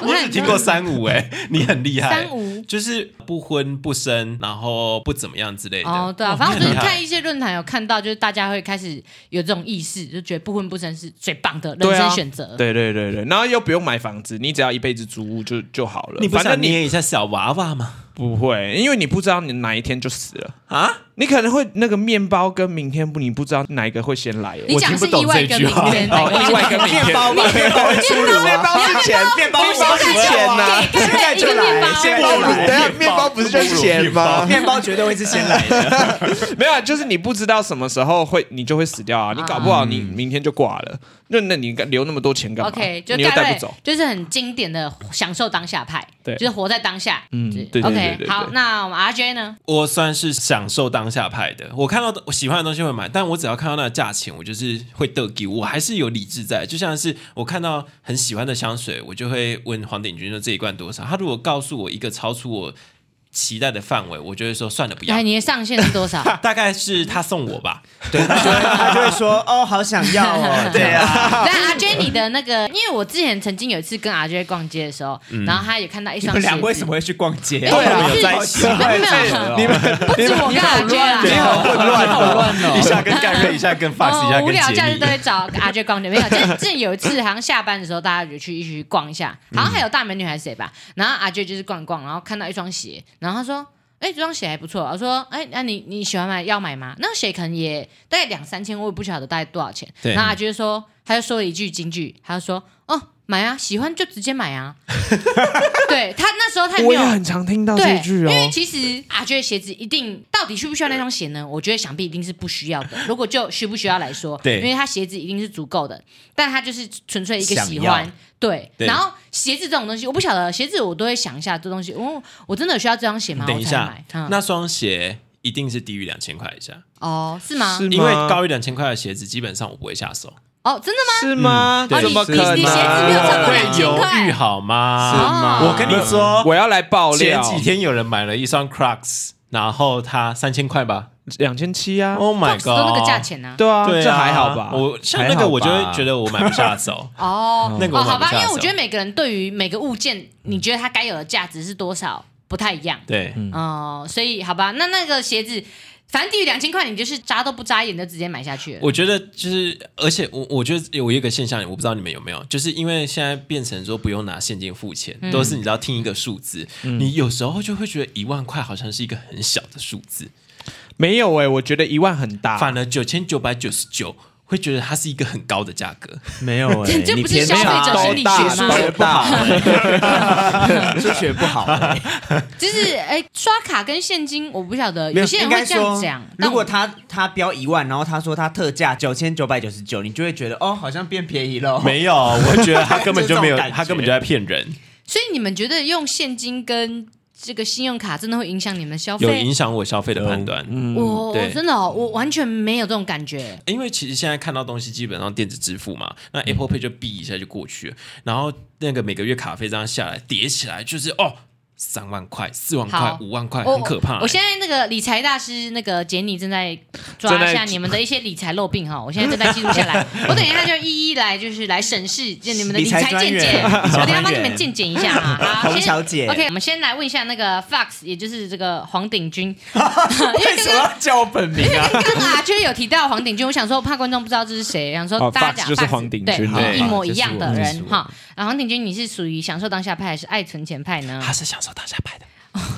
Speaker 5: 我
Speaker 2: 看
Speaker 5: 只
Speaker 2: 很
Speaker 5: 听过
Speaker 2: 多
Speaker 5: 三五哎，你很厉害。
Speaker 2: 三五
Speaker 5: 就是不婚不生，然后不怎么样之类的。
Speaker 2: 哦，对啊，反正我
Speaker 5: 很
Speaker 2: 最
Speaker 5: 厉
Speaker 4: 嗯
Speaker 2: 近
Speaker 5: 害
Speaker 2: 看一些论坛有看到，就是大家会开始有这种意识，就觉得不婚不生是最棒的人
Speaker 4: 对啊
Speaker 2: 生选择。
Speaker 4: 对对对对，然后又不用买房子，你只要一辈子租屋就就好了。
Speaker 5: 你不
Speaker 4: 反
Speaker 5: 想
Speaker 4: 正你
Speaker 5: 捏一下小娃娃吗？
Speaker 4: 不会，因为你不知道你哪一天就死了，
Speaker 5: 啊，
Speaker 4: 你可能会那个面包跟明天不，你不知道哪一个会先来。
Speaker 2: 你讲的是意外跟明天，哪个
Speaker 5: 另外一个面包吧，面包
Speaker 2: 面
Speaker 3: 啊
Speaker 2: 包，面包
Speaker 4: 是钱，面包
Speaker 2: 包
Speaker 4: 是
Speaker 2: 钱
Speaker 4: 钱呐、
Speaker 2: 呐，给盖瑞一个面包，
Speaker 3: 现在
Speaker 1: 包不
Speaker 3: 就
Speaker 1: 是等一
Speaker 3: 来，
Speaker 1: 下面包不是就是钱吗？
Speaker 3: 哦面包绝对会是先来的。
Speaker 4: 没有啊，就是你不知道什么时候会你就会死掉啊，你搞不好你明天就挂了，那那你留那么多钱干嘛
Speaker 2: 嗯 OK，就
Speaker 4: 你又
Speaker 2: 盖
Speaker 4: 带
Speaker 2: 瑞
Speaker 4: 不走。
Speaker 2: 就是很经典的享受当下派，
Speaker 4: 对
Speaker 2: 就是活在当下。
Speaker 4: 嗯
Speaker 2: 就是
Speaker 4: 对对对对
Speaker 2: OK，
Speaker 4: 对
Speaker 2: 好，那我们 RJ 呢？
Speaker 5: 我算是享受当下派的。我看到的我喜欢的东西会买，但我只要看到那个价钱，我就是会得给，我还是有理智在。就像是我看到很喜欢的香水，我就会问黄鼎钧说这一罐多少。他如果告诉我一个超出我期待的范围，我就会说算了，不要
Speaker 2: 哎，。你的上限是多 少？
Speaker 5: 大概是他送我吧，
Speaker 3: 对，他就会他就会说哦，好想要哦，对啊，
Speaker 2: 但 RJ 你的那个，因为我之前曾经有一次跟 RJ 逛街的时候，然后他也看到一
Speaker 3: 你
Speaker 2: 双
Speaker 3: 们
Speaker 2: 鞋
Speaker 3: 俩
Speaker 2: 子，
Speaker 3: 为什么会去逛街？
Speaker 2: 因为我们
Speaker 5: 有
Speaker 2: 是
Speaker 5: 在一起吗
Speaker 2: 没有没有，
Speaker 4: 你们
Speaker 2: 不止我跟啊 RJ 啦，
Speaker 3: 你好混乱
Speaker 5: 哦
Speaker 3: 哦，
Speaker 5: 一下跟盖瑞，一下跟发
Speaker 2: 哦，无聊假日都会找 RJ 逛 街，没有。就是之前有一次，好像下班的时候，大家就去一起去逛一下，好像还有大美女还是谁吧。然后 RJ 就是逛一逛，然后看到一双鞋，然后他说：“哎，这双鞋还不错。”我说：“哎，那你你喜欢买要买吗？”那鞋可能也大概两三千，我也不晓得大概多少钱。
Speaker 5: 对
Speaker 2: 然后 RJ 就说，他就说了一句金句，他就说：“哦，买啊，喜欢就直接买 啊。对”他那时候他也
Speaker 4: 我
Speaker 2: 没
Speaker 4: 也
Speaker 2: 有
Speaker 4: 很常听到
Speaker 2: 对
Speaker 4: 这，句哦，
Speaker 2: 因为其实阿娟的鞋子一定到底需不需要那双鞋呢？我觉得想必一定是不需要 的。如果就需不需要来说，
Speaker 5: 对
Speaker 2: 因为他鞋子一定是足够的，但他就是纯粹一个喜
Speaker 5: 想要
Speaker 2: 欢。对，
Speaker 5: 对
Speaker 2: 然后鞋子这种东西，我不晓得鞋子我都会想一下这东西，哦，我真的有需要这双鞋吗？
Speaker 5: 等
Speaker 2: 我
Speaker 5: 一
Speaker 2: 才
Speaker 5: 下
Speaker 2: 买，嗯、
Speaker 5: 那双鞋一定是低于两千块以下，
Speaker 2: 哦是吗？
Speaker 4: 是吗
Speaker 5: 因为高于两千块的鞋子基本上我不会下手，
Speaker 2: 哦，真的吗？
Speaker 4: 是吗？
Speaker 5: 对
Speaker 4: 嗯怎么可能？
Speaker 2: 哦你你鞋子没有超过
Speaker 5: 会
Speaker 2: 2000块哦
Speaker 5: 犹豫好吗？
Speaker 2: 吗
Speaker 5: 我跟你说，
Speaker 4: 我要来爆
Speaker 5: 前
Speaker 4: 料，
Speaker 5: 几天有人买了一双 Crocs，然后它三千块吧
Speaker 4: 两千七啊，
Speaker 5: ，Oh my
Speaker 2: 都
Speaker 5: god，
Speaker 2: 是那个价。钱呢、。
Speaker 4: 对啊，
Speaker 5: 对啊，
Speaker 4: 这还好吧？
Speaker 5: 我像那个，我就会觉得我买不下 手
Speaker 2: 哦，
Speaker 5: 那个我
Speaker 2: 哦，
Speaker 5: 买
Speaker 2: 好
Speaker 5: 不
Speaker 2: 吧，
Speaker 5: 下
Speaker 2: 因为
Speaker 5: 手
Speaker 2: 我觉得每个人对于每个物件，你觉得它该有的价值是多少不太一样。
Speaker 5: 对，
Speaker 2: 哦，所以好吧，那那个鞋子，反正低于两千块，你就是眨都不眨眼就直接买下去了。
Speaker 5: 我觉得就是，而且我我觉得有一个现象，我不知道你们有没有，就是因为现在变成说不用拿现金付钱，
Speaker 2: 嗯
Speaker 5: 都是你知道听一个数字，你有时候就会觉得一万块好像是一个很小的数字，
Speaker 4: 没有哎、我觉得一万很大，
Speaker 5: 反而九千九百九十九会觉得它是一个很高的价格。
Speaker 1: 没有哎、
Speaker 2: 这
Speaker 1: 你
Speaker 2: 不是
Speaker 1: 偏
Speaker 2: 消费
Speaker 1: 差
Speaker 2: 者心理
Speaker 1: 大
Speaker 2: 学吗
Speaker 1: 都大，
Speaker 3: 数学不好。
Speaker 2: 就是哎，刷卡跟现金，我不晓得，
Speaker 3: 没
Speaker 2: 有些
Speaker 3: 应
Speaker 2: 人
Speaker 3: 该
Speaker 2: 会这样
Speaker 3: 说
Speaker 2: 讲。，但
Speaker 3: 如果
Speaker 2: 我
Speaker 3: 他他标一万，然后他说他特价九千九百九十九，你就会觉得哦，好像变便宜了。
Speaker 5: 没有，我觉得他根本就没有
Speaker 3: 这种感，觉
Speaker 5: 他根本就在骗人，
Speaker 2: 所以你们觉得用现金跟这个信用卡真的会影响你们的消
Speaker 5: 有影
Speaker 2: 费？
Speaker 5: 响我消费的判断。
Speaker 2: 我我
Speaker 5: 对
Speaker 2: 真的哦，我完全没有这种感觉。
Speaker 5: 因为其实现在看到东西基本上电子支付嘛，那
Speaker 2: 嗯
Speaker 5: Apple Pay 就逼一下就过去了，然后那个每个月卡费这样下来叠起来，就是哦，三万块、四万块
Speaker 2: 好、
Speaker 5: 五万块，
Speaker 2: 我
Speaker 5: 很可怕、欸
Speaker 2: 我我现在那个理财大师那个杰尼正在抓
Speaker 4: 正在
Speaker 2: 一下你们的一些理财漏病哈，我现在正在记录下来，我等一下就一一来就是来审视就你们的
Speaker 3: 理财
Speaker 2: 财
Speaker 3: 专
Speaker 2: 见
Speaker 3: 员
Speaker 2: 解，
Speaker 3: 理
Speaker 2: 我
Speaker 3: 财
Speaker 2: 等一下
Speaker 3: 专
Speaker 2: 帮你
Speaker 3: 员
Speaker 2: 们鉴检一下啊。好，
Speaker 3: 洪
Speaker 2: 先
Speaker 3: 小姐
Speaker 2: OK，我们先来问一下那个 Fox，也就是这个黄鼎 钧，
Speaker 3: 为什么要叫我本名啊？
Speaker 2: 刚刚阿娟有提到黄鼎钧，我想说怕观众不知道这是谁，想说
Speaker 4: 哦
Speaker 2: 大家
Speaker 4: Fox
Speaker 2: 讲
Speaker 4: 就是
Speaker 2: Fox，
Speaker 4: 黄鼎
Speaker 2: 对
Speaker 4: 钧
Speaker 5: 对
Speaker 2: 一模一样的
Speaker 5: 就是
Speaker 2: 人
Speaker 5: 我
Speaker 2: 哈。然后黄鼎钧，你是属于享受当下派还是爱存钱派呢？
Speaker 5: 他是享受当下拍的，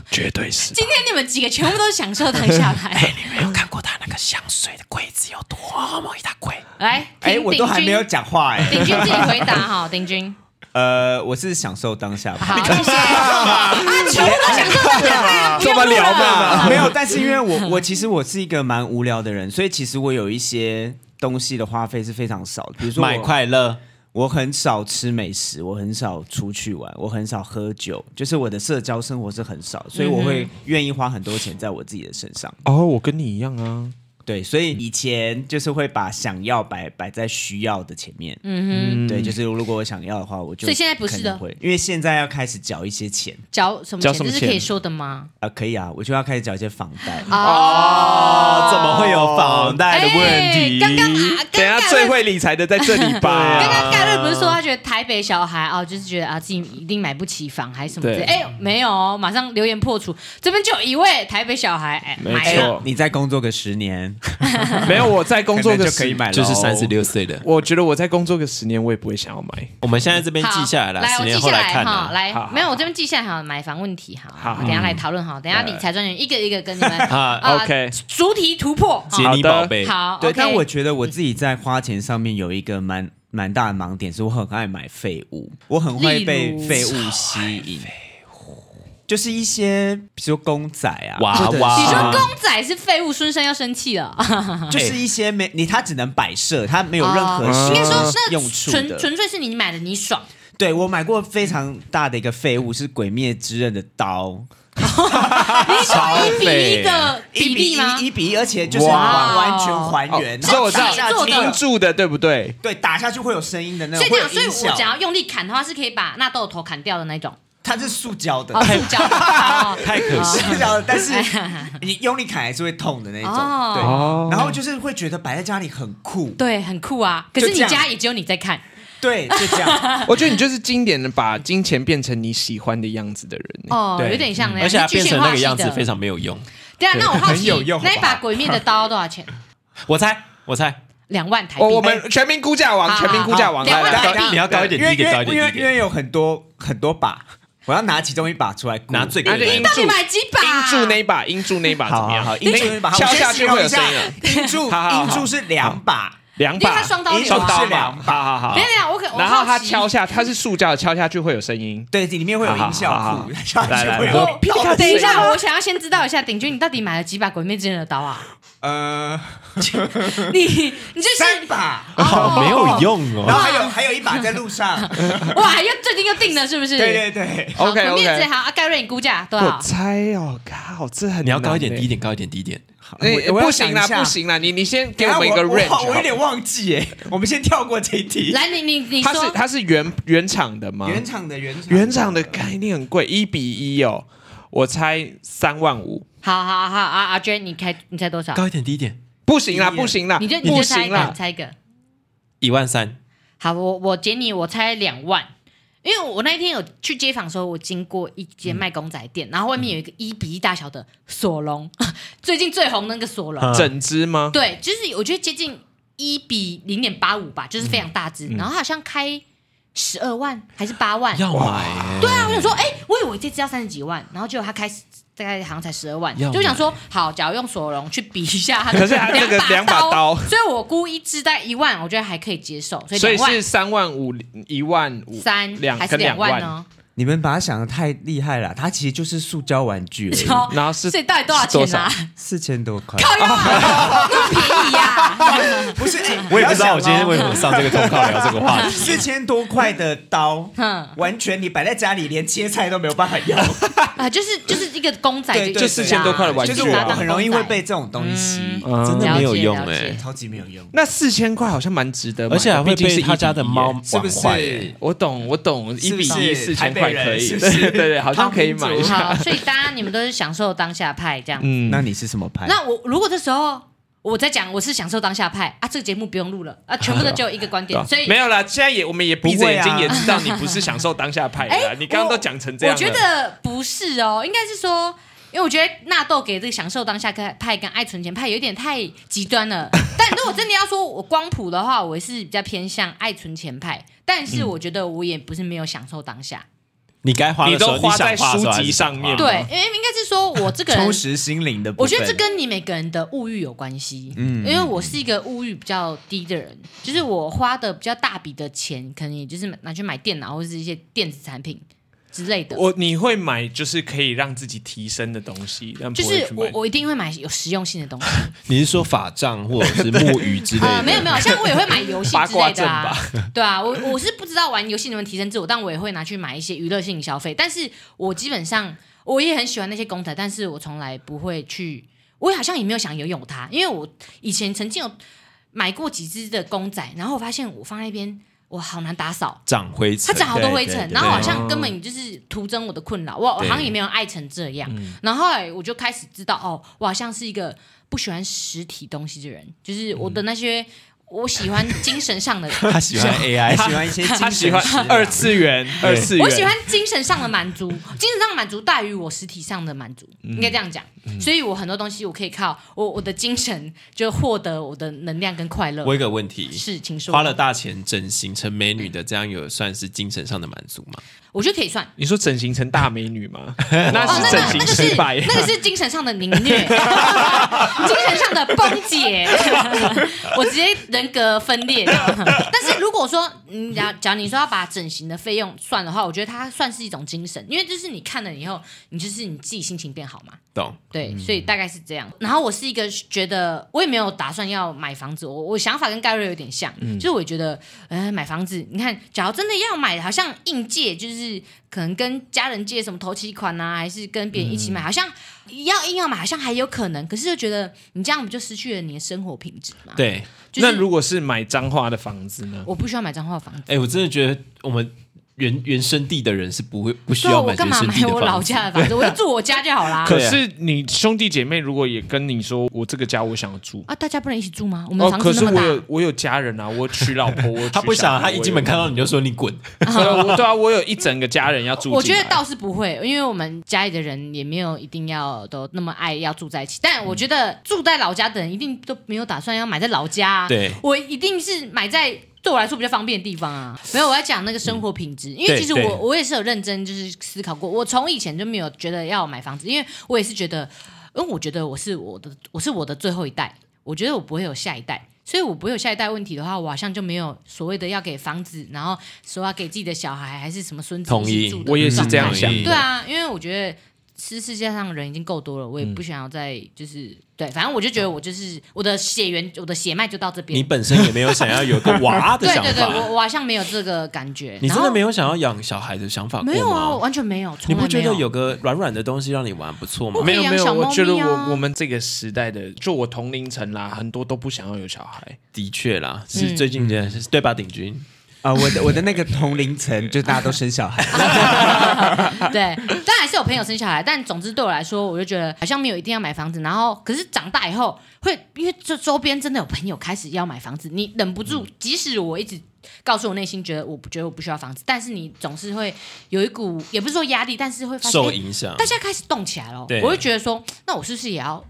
Speaker 4: 绝对是。
Speaker 2: 今天你们几个全部都是享受当下派，
Speaker 5: 你没有看过他那个香水的柜子有多么一大柜？
Speaker 2: 来，
Speaker 3: 哎，
Speaker 2: 听
Speaker 3: 我
Speaker 2: 鼎
Speaker 3: 都还没有
Speaker 2: 钧
Speaker 3: 讲话哎。
Speaker 2: 鼎钧自己回答哈，鼎钧。
Speaker 3: 呃，我是享受当下
Speaker 2: 好，
Speaker 3: 吧。
Speaker 2: 谢谢。啊，全部都享受当下 派，
Speaker 4: 这么
Speaker 2: 不用
Speaker 4: 聊
Speaker 2: 了
Speaker 4: 嘛
Speaker 3: 没有，但是因为我我其实我是一个蛮无聊的人，所以其实我有一些东西的花费是非常少的，比如说我
Speaker 5: 买快乐，
Speaker 3: 我很少吃美食，我很少出去玩，我很少喝酒，就是我的社交生活是很少，所以我会愿意花很多钱在我自己的身上。
Speaker 4: 哦，我跟你一样啊，
Speaker 3: 对，所
Speaker 2: 嗯
Speaker 3: 以以前就是会把想要摆摆在需要的前面。嗯哼，对，就是如果我想要的话，我就
Speaker 2: 所以现在不是的
Speaker 3: 可能会，因为现在要开始缴一些钱
Speaker 2: 缴什么
Speaker 4: 缴
Speaker 2: 钱？
Speaker 4: 什么
Speaker 2: 这是
Speaker 4: 钱
Speaker 2: 可以说的吗？
Speaker 3: 啊、可以啊，我就要开始缴一些房贷。
Speaker 2: 啊哦
Speaker 5: 怎么会有房贷的问
Speaker 2: 哎
Speaker 5: 题？
Speaker 2: 刚刚啊
Speaker 4: 等一下最会啊理财的在这里吧。
Speaker 2: 刚啊刚盖瑞不是说他觉得台北小孩哦，就是觉得啊自己一定买不起房还是什么之类的？
Speaker 4: 对
Speaker 2: 哎，没有哦，马上留言破除，这边就有一位台北小孩哎
Speaker 4: 没
Speaker 2: 买了
Speaker 4: 错，
Speaker 3: 你再工作个十年，
Speaker 2: 啊
Speaker 4: 没有我在工作
Speaker 3: 可
Speaker 4: 个
Speaker 3: 能就可以
Speaker 4: 十
Speaker 3: 买了、
Speaker 5: 就是三十。六岁的，
Speaker 4: 我觉得我在工作个十年，我也不会想要买。
Speaker 5: 我们现在这边
Speaker 2: 好
Speaker 5: 记下来了，
Speaker 2: 来
Speaker 5: 十
Speaker 2: 我
Speaker 5: 年
Speaker 2: 记
Speaker 5: 后
Speaker 2: 下来
Speaker 5: 看
Speaker 2: 哈，
Speaker 5: 啊。
Speaker 2: 来
Speaker 4: 好好
Speaker 2: 没有，我这边记下来哈，买房问题哈，
Speaker 4: 好
Speaker 2: 我等一下来讨论哈，等一下理财专员一个一个跟你们
Speaker 5: 啊
Speaker 2: 啊
Speaker 4: OK
Speaker 2: 逐题突破，哈
Speaker 5: 杰尼宝贝，
Speaker 2: 好，
Speaker 3: 对
Speaker 2: 啊 OK
Speaker 3: 但我觉得我自己在花钱上面有一个蛮蛮大的盲点，是我很爱买废物，我很会被
Speaker 2: 例如
Speaker 3: 废物吸引。就是一些，比如说公仔啊，
Speaker 5: 娃
Speaker 3: 或者是
Speaker 5: 娃
Speaker 2: 你说
Speaker 5: 啊
Speaker 2: 公仔是废物，孙生要生气了。
Speaker 3: 嗯就是一些没你，它只能摆设，它没有任何
Speaker 2: 哦应该说是
Speaker 3: 用处
Speaker 2: 纯
Speaker 3: 的。
Speaker 2: 纯粹是你买的，你爽。
Speaker 3: 对我买过非常大的一个废物，是《鬼灭之刃》的刀，
Speaker 2: 你是说一比一的比
Speaker 3: 一比
Speaker 2: 例吗？
Speaker 3: 一一比一，而且就是
Speaker 2: 哇
Speaker 3: 完完全还原。
Speaker 4: 哦所以我知道
Speaker 3: 打下去
Speaker 2: 做的
Speaker 4: 银柱的对不对？
Speaker 3: 对，打下去会有声音的那
Speaker 2: 所
Speaker 3: 种，
Speaker 2: 以这
Speaker 3: 会有
Speaker 2: 样，所以
Speaker 3: 音
Speaker 2: 我
Speaker 3: 效
Speaker 2: 只。要用力砍的话，是可以把纳豆头砍掉的那种。
Speaker 3: 它是塑胶的
Speaker 4: 啊
Speaker 2: 哦，，塑胶。哦
Speaker 5: 太可惜
Speaker 3: 塑胶的，但是你用力砍还是会痛的那种。
Speaker 2: 哦
Speaker 4: 哦
Speaker 3: 对，然后就是会觉得摆在家里很酷。
Speaker 2: 对，很酷啊！可是你
Speaker 3: 就这
Speaker 2: 家
Speaker 3: 样
Speaker 2: 也只有你在看，
Speaker 3: 对，就这 样。
Speaker 4: 我觉得你就是经典的把金钱变成你喜欢的样子的人。
Speaker 2: 哦，
Speaker 3: 对
Speaker 2: 有点像那样，
Speaker 5: 而且它
Speaker 2: 你具
Speaker 5: 变
Speaker 2: 象
Speaker 5: 成
Speaker 2: 化
Speaker 5: 那个
Speaker 2: 系
Speaker 5: 样子
Speaker 2: 的
Speaker 5: 非。常没有用。
Speaker 2: 对啊，那我好
Speaker 3: 很
Speaker 2: 奇
Speaker 3: 有用，
Speaker 2: 那一
Speaker 3: 好不
Speaker 2: 把
Speaker 3: 好
Speaker 2: 鬼灭的刀多少钱？
Speaker 5: 我猜，我猜，
Speaker 2: 两万台币。
Speaker 4: 哦
Speaker 2: 哎
Speaker 4: 我我们全民估价王，
Speaker 2: 好
Speaker 4: 全民估价王
Speaker 2: 好
Speaker 4: 来
Speaker 2: 好
Speaker 4: 来
Speaker 2: 两
Speaker 4: 来
Speaker 2: 万，
Speaker 5: 你要高一点，
Speaker 3: 因为
Speaker 5: 低一
Speaker 3: 因
Speaker 5: 点，高一
Speaker 3: 为因为
Speaker 5: 点，低一
Speaker 3: 因
Speaker 5: 点。
Speaker 3: 为有很多很多把，我要拿其中一把出来，
Speaker 5: 拿最贵
Speaker 4: 那
Speaker 5: 的
Speaker 4: 就
Speaker 5: 来
Speaker 4: 英
Speaker 5: 吧
Speaker 2: 到底
Speaker 4: 柱
Speaker 2: 买几把啊？
Speaker 4: 英柱那一把，英柱那一把怎
Speaker 3: 好
Speaker 4: 么
Speaker 3: 好
Speaker 4: 样
Speaker 3: 好，？银柱一把，
Speaker 4: 敲下去会有声音啊。
Speaker 3: 银柱，
Speaker 4: 好好
Speaker 3: 银
Speaker 4: 好
Speaker 3: 柱是两把，
Speaker 4: 两
Speaker 2: 因为
Speaker 4: 把
Speaker 2: 它双刀流啊
Speaker 4: 双刀
Speaker 3: 是两
Speaker 4: 嘛，好好好
Speaker 2: 等一。下等一下，我可我
Speaker 4: 然后
Speaker 2: 好
Speaker 4: 它
Speaker 2: 奇
Speaker 4: 敲下，它是塑胶的，敲下去会有声音。
Speaker 3: 对，里面会有音
Speaker 4: 好好好
Speaker 3: 效
Speaker 4: 好
Speaker 3: 库，下去会
Speaker 4: 来来来
Speaker 3: 有
Speaker 4: 皮
Speaker 3: 刀
Speaker 4: 卡
Speaker 2: 等一
Speaker 4: 谁
Speaker 2: 下，我想要先知道一下，鼎钧，你到底买了几把《鬼灭之刃》的刀啊？
Speaker 3: 呃
Speaker 2: 你你就是
Speaker 3: 三把，
Speaker 2: 哦
Speaker 5: 没有用
Speaker 3: 然后
Speaker 5: 哦。
Speaker 3: 还有还有一把在路 上，
Speaker 2: 哇，又最近又定了是不是？
Speaker 3: 对对对，
Speaker 2: 好
Speaker 4: OK
Speaker 2: 鬼灭之刃
Speaker 4: OK，
Speaker 2: 好，阿盖瑞你估价多
Speaker 4: 我
Speaker 2: 少？
Speaker 4: 猜哦，靠，这很
Speaker 5: 你要高一点，
Speaker 4: 难欸
Speaker 5: 低一点，高一点，低一点。
Speaker 4: 哎，
Speaker 3: 我我要
Speaker 4: 不行啦，
Speaker 3: 想一下
Speaker 4: 不行啦，你你先给
Speaker 3: 等一
Speaker 4: 我
Speaker 3: 下
Speaker 4: 们一个 range 好
Speaker 3: 我我有
Speaker 4: 不
Speaker 3: 点忘记哎，我们先跳过这一题。
Speaker 2: 来，你你你
Speaker 4: 好。它是
Speaker 2: 说，
Speaker 4: 它是原原厂的吗？
Speaker 3: 原厂的原厂
Speaker 4: 原厂的概念很贵，一比一哦，我猜三万五。
Speaker 2: 好好好，阿阿娟，你开你猜多少？
Speaker 5: 高一点，低一点，
Speaker 4: 不行啦，
Speaker 3: 低一点
Speaker 4: 不行啦，
Speaker 2: 你就你
Speaker 4: 不
Speaker 2: 就猜
Speaker 4: 行
Speaker 2: 一个，
Speaker 4: 啦
Speaker 2: 你，猜一个。
Speaker 5: 一万三，
Speaker 2: 好，我我捡你，我猜两万。因为我那一天有去街访的时候，我经过一间卖公仔店，然后外面有一个一比一大小的索隆， 最近最红那个索隆，
Speaker 5: 嗯
Speaker 4: 整只吗？
Speaker 2: 对，就是我觉得接近一比零点八五吧，就是非常大只，
Speaker 4: 嗯
Speaker 2: 然后好像开十二万还是八万，
Speaker 5: 要买。
Speaker 2: 对啊，我想说，哎、我以为这只要三十几万，然后结果他开始大概好像才十二万，
Speaker 5: 要买
Speaker 2: 就想说，好，假如用索隆去比一下他的，
Speaker 4: 可是它这个
Speaker 2: 两
Speaker 4: 两把刀
Speaker 2: 所以我估一只在一万，我觉得还可以接受，所以
Speaker 4: 所以
Speaker 2: 两
Speaker 4: 是
Speaker 2: 万
Speaker 4: 三万五、一万五、
Speaker 2: 三
Speaker 4: 两
Speaker 2: 还是
Speaker 4: 跟两
Speaker 2: 两万哦
Speaker 4: 万，
Speaker 2: 呢？
Speaker 3: 你们把它想的太厉害了，它其实就是塑胶玩具而已，
Speaker 2: 好
Speaker 4: 然后是
Speaker 2: 所以到底多少钱啊？
Speaker 3: 四千多 块。
Speaker 2: 靠呀，那么便宜 呀、
Speaker 3: 不是，哎
Speaker 5: 我也不知道我 今天
Speaker 3: 不
Speaker 5: 为
Speaker 3: 要
Speaker 5: 什么上
Speaker 3: 想哦
Speaker 5: 这个通告聊这个话题。
Speaker 3: 四千多块的刀，
Speaker 2: 嗯
Speaker 3: 完全你摆在家里连切菜都没有办法 用，
Speaker 2: 啊！就是就是一个公仔
Speaker 3: 对，
Speaker 2: 就，
Speaker 3: 对
Speaker 4: 就4000多块的玩具啊嗯
Speaker 3: 就是
Speaker 2: 拿
Speaker 3: 我
Speaker 2: 当
Speaker 3: 很容易会
Speaker 2: 公仔
Speaker 3: 被这种东西
Speaker 2: 嗯
Speaker 3: 吸引，
Speaker 5: 真的没有用
Speaker 2: 了解了
Speaker 4: 欸
Speaker 2: 解
Speaker 5: 哎
Speaker 3: 超级没有用。
Speaker 4: 那四千块好像蛮值得买的，
Speaker 5: 而且还会
Speaker 4: 毕竟是
Speaker 5: 被他家的
Speaker 4: 1比一
Speaker 5: 猫
Speaker 4: 耶。
Speaker 5: 玩坏
Speaker 3: 是不
Speaker 5: 欸
Speaker 3: 是。
Speaker 4: 嗯我懂，我懂，一
Speaker 3: 是不
Speaker 4: 比
Speaker 3: 是
Speaker 4: 一四
Speaker 3: 台
Speaker 4: 千
Speaker 3: 北
Speaker 4: 块块可以，对 对对，好像可以买一下。
Speaker 2: 好，所以大家你们都是享受当下派这样。
Speaker 4: 嗯，
Speaker 3: 那你是什么牌？
Speaker 2: 那我如果这时候我在讲我是享受当下派啊，这个节目不用录 了啊，全部都只有一个观点，所以
Speaker 4: 没有啦，现在也我们也闭着眼
Speaker 3: 不会
Speaker 4: 睛
Speaker 3: 啊
Speaker 4: 也知道你不是享受当下派的啦。你刚刚都讲成这
Speaker 2: 哎我
Speaker 4: 样
Speaker 2: 觉
Speaker 4: 了，
Speaker 2: 得不是哦，应该是说。因为我觉得纳豆给这个享受当下派跟爱存钱派有点太极端 了，但如果真的要说我光谱的话，我是比较偏向爱存钱派，但是
Speaker 4: 嗯
Speaker 2: 我觉得我也不是没有享受当下，
Speaker 5: 你该花的时候
Speaker 4: 你都花在
Speaker 5: 想的时候
Speaker 4: 书籍上面
Speaker 5: 还是
Speaker 4: 嗯
Speaker 5: 花
Speaker 2: 对，因为应该是说我这个人
Speaker 3: 充实心灵的部分。
Speaker 2: 我觉得这跟你每个人的物欲有关系，嗯，因为我是一个物欲比较低的人，就是我花的比较大笔的钱，可能也就是拿去买电脑或者是一些电子产品之类的。
Speaker 4: 我你会买就是可以让自己提升的东西，但不
Speaker 2: 就
Speaker 4: 会
Speaker 2: 是
Speaker 4: 去
Speaker 2: 我
Speaker 4: 买，。
Speaker 2: 我一定会买有实用性的东西。
Speaker 5: 你是说法杖或者是木鱼之类
Speaker 2: 呃，
Speaker 5: 的？
Speaker 2: 没有没有，像我也会买游 戏之类的
Speaker 4: 八
Speaker 2: 啊， 对啊，我我是不知道玩游戏能不能提升自我，但我也会拿去买一些娱乐性消费。但是我基本上我也很喜欢那些公仔，但是我从来不会去，我好像也没有想拥有它，因为我以前曾经有买过几只的公仔，然后我发现我放在那边，我好难打扫。
Speaker 5: 长灰
Speaker 2: 它
Speaker 5: 尘，
Speaker 2: 长好多灰
Speaker 5: 对
Speaker 2: 尘，
Speaker 5: 对哦
Speaker 2: 然后
Speaker 5: 对
Speaker 2: 好像根本就是徒增我的困扰，我我好像也没有爱成这样。
Speaker 5: 嗯
Speaker 2: 然后后来我就开始知道，哦，我好像是一个不喜欢实体东西的人，就是我的那些我喜欢精神上 的，
Speaker 3: 他喜 欢 AI，喜欢一些
Speaker 4: 他
Speaker 3: 精
Speaker 4: 喜
Speaker 3: 神
Speaker 4: 欢
Speaker 3: 食粮
Speaker 4: 二次元，二次元。
Speaker 2: 我喜欢精神上的满足， 精神上的满足大于我实体上的满足，
Speaker 5: 嗯
Speaker 2: 应该这样讲。所以我很多东西我可以靠我我的精神就获得我的能量跟快乐
Speaker 5: 我。有个问题，
Speaker 2: 是，请说。
Speaker 5: 花了，大钱整形成美女的，这样有算是精神上的满足吗？
Speaker 2: 我觉得可以算。
Speaker 4: 你说整形成大美女 吗？
Speaker 2: 哦，
Speaker 4: 那是
Speaker 2: 那
Speaker 4: 整
Speaker 2: 个那
Speaker 4: 形
Speaker 2: 个
Speaker 4: 失
Speaker 2: 是
Speaker 4: 败呀。
Speaker 2: 那个是精神上的凌虐，精神上的崩解， 我直接人格分裂这样。 但是如果说你假假如你说要把整形的费用算的话，我觉得它算是一种精神，因为就是你看了以后，你就是你自己心情变好嘛。
Speaker 5: 懂？
Speaker 2: 对，所以大概是这样。然后我是一个觉得我也没有打算要买房子，我我想法跟盖瑞有点像，就是我觉得，呃，买房子，你看，假如真的要买，好像应借，就是可能跟家人借什么头期款啊，还是跟别人一起买，好像要硬要买，好像还有可能，可是就觉得你这样不就失去了你的生活品质嘛？，
Speaker 5: 对，
Speaker 2: 就是
Speaker 4: 那如果是买彰化的房子呢？
Speaker 2: 我不需要买彰化房子，
Speaker 5: 哎、我真的觉得我们原原生地的人是不会不需
Speaker 2: 所以
Speaker 5: 要
Speaker 2: 啊我
Speaker 5: 买
Speaker 2: 干
Speaker 5: 原
Speaker 2: 嘛
Speaker 5: 生
Speaker 2: 买
Speaker 5: 地的
Speaker 2: 我老
Speaker 5: 房子。
Speaker 2: 家的房子？我就住我家就好啦。
Speaker 4: 可
Speaker 5: 对啊
Speaker 4: 是你兄弟姐妹如果也跟你说我这个家我想要住，
Speaker 2: 啊，大家不能一起住吗？我们
Speaker 4: 哦，
Speaker 2: 房
Speaker 4: 可
Speaker 2: 子
Speaker 4: 是
Speaker 2: 那么
Speaker 4: 我
Speaker 2: 大，
Speaker 4: 有我有家人啊，我娶老婆， 我
Speaker 5: 他不想，他一进门看
Speaker 2: 啊
Speaker 4: 到，
Speaker 5: 到你就说你滚，
Speaker 4: 对 我对啊，我有一整个家人要住进来。
Speaker 2: 我觉得倒是不会，因为我们家里的人也没有一定要都那么爱要住在一起。但我觉得住在老家的人一定都没有打算要买在老家、啊，
Speaker 5: 对
Speaker 2: 我一定是买在。对我来说比较方便的地方啊，没有我要讲那个生活品质，因为
Speaker 5: 对
Speaker 2: 其实
Speaker 5: 对
Speaker 2: 我我也是有认真就是思考过，我从以前就没有觉得要买房子，因为我也是觉得，因为我觉得我是我的我是我的最后一代，我觉得我不会有下一代，所以我不会有下一代问题的话，我好像就没有所谓的要给房子，然后说要给自己的小孩还是什么孙子
Speaker 5: 同
Speaker 2: 一
Speaker 5: 意
Speaker 2: 起住的
Speaker 4: 我也是这样
Speaker 2: 状态
Speaker 4: 想
Speaker 5: 同意
Speaker 2: 对啊，因为我觉得是世界上人已经够多了，我也
Speaker 5: 嗯
Speaker 2: 不想要再就是、对，反正我就觉得我就是我的血缘，我的血脉就到这
Speaker 5: 你
Speaker 2: 边。
Speaker 5: 本身也没有想要有个娃的
Speaker 2: 对
Speaker 5: 想
Speaker 2: 对对，我
Speaker 5: 法，
Speaker 2: 我好像没有这个感觉。
Speaker 5: 你真的没
Speaker 2: 有？
Speaker 5: 有想要养小孩的想法过
Speaker 2: 没有啊，我
Speaker 5: 吗？
Speaker 2: 完全没有。
Speaker 5: 你
Speaker 2: 从来
Speaker 5: 不觉得
Speaker 2: 没有
Speaker 5: 有个软软的东西让你玩不错吗
Speaker 2: 不？
Speaker 4: 没有
Speaker 2: 可以养
Speaker 4: 没有，
Speaker 2: 小猫
Speaker 4: 我觉得
Speaker 2: 咪啊
Speaker 4: 我我们这个时代的，就我同龄层啦，很多都不想要有小孩。
Speaker 5: 的确啦，是
Speaker 2: 嗯
Speaker 5: 最近这是对吧？鼎君，
Speaker 3: 啊，我的我的那个同龄层就大家都生小孩，
Speaker 2: 对，当然是有朋友生小孩，但总之对我来说，我就觉得好像没有一定要买房子。然后，可是长大以后会，因为这周边真的有朋友开始要买房子，你忍不住，即使我一直告诉我内心觉得我不觉得我不需要房子，但是你总是会有一股，也不是说压力，但是会发现
Speaker 5: 受
Speaker 2: 哎
Speaker 5: 影响
Speaker 2: 大，家开始动起来了，
Speaker 5: 对
Speaker 2: 我会觉得说，那我是不是也要，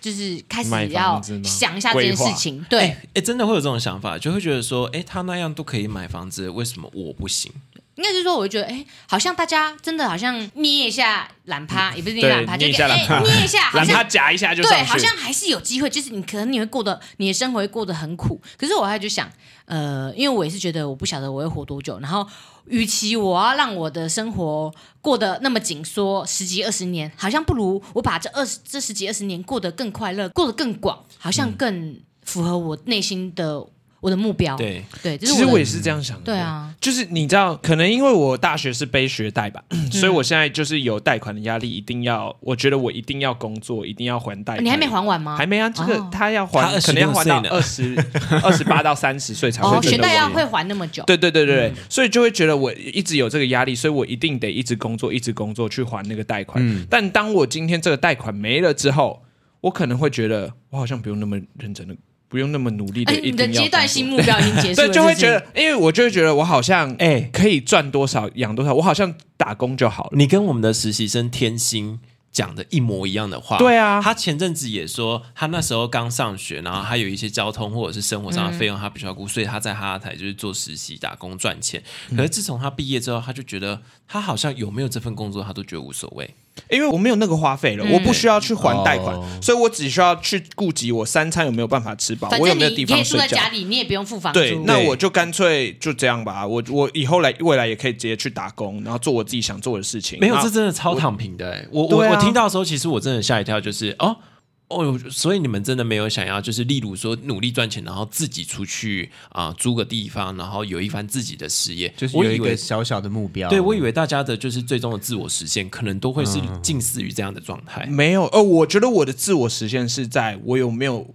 Speaker 2: 就是开始
Speaker 4: 买
Speaker 2: 要
Speaker 4: 房子吗
Speaker 2: 想一下这件事情？对，
Speaker 5: 哎、真的会有这种想法，就会觉得说，哎、他那样都可以买房子，为什么我不行？
Speaker 2: 应该是说，我会觉得，哎，好像大家真的好像捏一下懒趴，也不是捏懒趴，就
Speaker 4: 嗯捏一
Speaker 2: 给
Speaker 4: 下懒趴
Speaker 2: 哎捏一 下，好
Speaker 4: 让他
Speaker 2: 像
Speaker 4: 夹一下就上
Speaker 2: 对，
Speaker 4: 去，
Speaker 2: 好像还是有机会，就是你可能你会过得，你的生活会过得很苦。可是我还就想，呃，因为我也是觉得我不晓得我会活多久，然后与其我要让我的生活过得那么紧缩十几二十年，好像不如我把这二十这十几二十年过得更快乐，过得更广，好像更符合我内心的。我的目标。
Speaker 5: 对
Speaker 2: 对，这
Speaker 4: 其
Speaker 2: 是
Speaker 4: 实
Speaker 2: 我
Speaker 4: 我也
Speaker 2: 的
Speaker 4: 是这样想的。
Speaker 2: 对啊，
Speaker 4: 就是你知道，可能因为我大学是背学贷吧，
Speaker 2: 嗯
Speaker 4: 所以我现在就是有贷款的压力，一定要，我觉得我一定要工作，一定要还贷款。
Speaker 2: 哦你还没还完吗？
Speaker 4: 还没啊，这个
Speaker 2: 哦
Speaker 4: 他要还，
Speaker 5: 他26
Speaker 4: 可能要还到
Speaker 5: 岁呢
Speaker 4: 二十二十 八到三十岁才会
Speaker 2: 哦，
Speaker 4: 觉
Speaker 2: 学
Speaker 4: 得
Speaker 2: 贷要
Speaker 4: 我。
Speaker 2: 会嗯还那么久。
Speaker 4: 对对对对对，所以就会觉得我一直有这个压力，所以我一定得一直工作，一直工作去还那个贷款。
Speaker 5: 嗯
Speaker 4: 但当我今天这个贷款没了之后，我可能会觉得我好像不用那么认真的，不用那么努力的
Speaker 2: 哎，，
Speaker 4: 一
Speaker 2: 你
Speaker 4: 定
Speaker 2: 的
Speaker 4: 要
Speaker 2: 阶段
Speaker 4: 工作
Speaker 2: 性目标已经结束
Speaker 4: 对，
Speaker 2: 了，
Speaker 4: 就会
Speaker 2: 是不是
Speaker 4: 觉得，因为我就会觉得我好像
Speaker 5: 哎
Speaker 4: 可以赚多少养多少，我好像打工就好了。
Speaker 5: 你跟我们的实习生天心讲的一模一样的话。
Speaker 4: 对啊
Speaker 5: 他前阵子也说，他那时候刚上学，然后他有一些交通或者是生活上的费用他必须要顾，所以他在哈拉台就是做实习打工赚钱。可是自从他毕业之后，他就觉得他好像有没有这份工作，他都觉得无所谓。
Speaker 4: 因为我没有那个花费了，
Speaker 2: 嗯
Speaker 4: 我不需要去还贷
Speaker 5: 哦
Speaker 4: 款，所以我只需要去顾及我三餐有没有办法吃饱，
Speaker 2: 反
Speaker 4: 啊我有
Speaker 2: 正
Speaker 4: 没有
Speaker 2: 你
Speaker 4: 地
Speaker 2: 你可以
Speaker 4: 方
Speaker 2: 住
Speaker 4: 睡
Speaker 2: 在
Speaker 4: 觉。
Speaker 2: 家里，你啊也不用付房
Speaker 4: 对，
Speaker 2: 租。
Speaker 4: 那我就干脆就这样吧。我我以后来未来也可以直接去打工，然后做我自己想做的事情。
Speaker 5: 没有，
Speaker 4: 然后
Speaker 5: 这真的超躺平的、欸。我我、
Speaker 4: 对啊
Speaker 5: 我听到的时候，其实我真的吓一跳，就是哦哦，所以你们真的没有想要，就是例如说努力赚钱，然后自己出去啊、租个地方，然后有一番自己的事业，
Speaker 3: 就是
Speaker 5: 我
Speaker 3: 有
Speaker 5: 以
Speaker 3: 一
Speaker 5: 为
Speaker 3: 个小小的目标。
Speaker 5: 对，我以为大家的就是最终的自我实现，可能都会是近似于这样的状态。
Speaker 4: 没有，呃，我觉得我的自我实现是在我有没有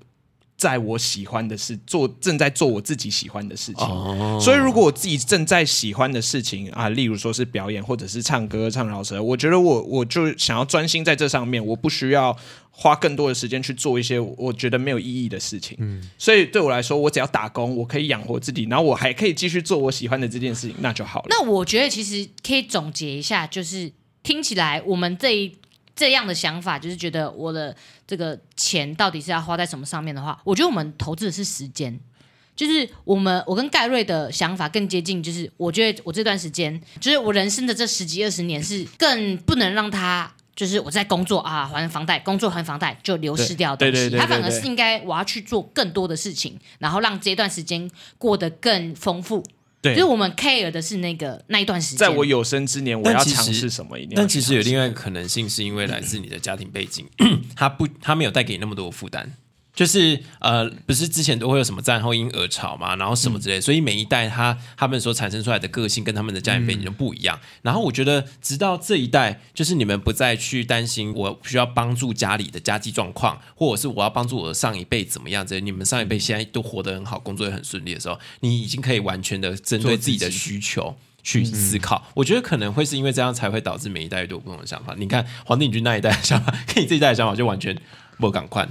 Speaker 4: 在我喜欢的事做，正在做我自己喜欢的事情。
Speaker 5: 哦
Speaker 4: 所以，如果我自己正在喜欢的事情啊，例如说是表演或者是唱歌、唱饶舌，我觉得我我就想要专心在这上面，我不需要。花更多的时间去做一些我觉得没有意义的事情，嗯，所以对我来说，我只要打工，我可以养活自己，然后我还可以继续做我喜欢的这件事情，那就好了。
Speaker 2: 那我觉得其实可以总结一下，就是听起来我们这一这样的想法，就是觉得我的这个钱到底是要花在什么上面的话，我觉得我们投资的是时间。就是我们，我跟盖瑞的想法更接近，就是我觉得我这段时间，就是我人生的这十几二十年是更不能让他，就是我在工作啊还房贷，工作还房贷就流失掉的
Speaker 4: 对
Speaker 2: 东
Speaker 4: 对
Speaker 2: 西，
Speaker 4: 对对
Speaker 2: 他反而
Speaker 4: 对对
Speaker 2: 是应该我要去做更多的事情，然后让这段时间过得更丰富，
Speaker 4: 对
Speaker 2: 就是我们 care 的是那个那一段时间，
Speaker 4: 在我有生之年，我要
Speaker 5: 但其实
Speaker 4: 尝试什么？一定要
Speaker 5: 但
Speaker 4: 去
Speaker 5: 其实有
Speaker 4: 尝试
Speaker 5: 另外一个可能性，是因为来自你的家庭背景，他不，他没有带给你那么多负担。就是呃，不是之前都会有什么战后婴儿潮嘛，然后什么之类，所以每一代他他们所产生出来的个性跟他们的家庭背景就不一样。然后我觉得，直到这一代，就是你们不再去担心我需要帮助家里的家计状况，或者是我要帮助我的上一辈怎么样之类。你们上一辈现在都活得很好，工作也很顺利的时候，你已经可以完全的针对自己的需求。去思考，我觉得可能会是因为这样才会导致每一代都有不同的想法。你看黄定君那一代的想法， 跟你这一代的想法就完全不赶快。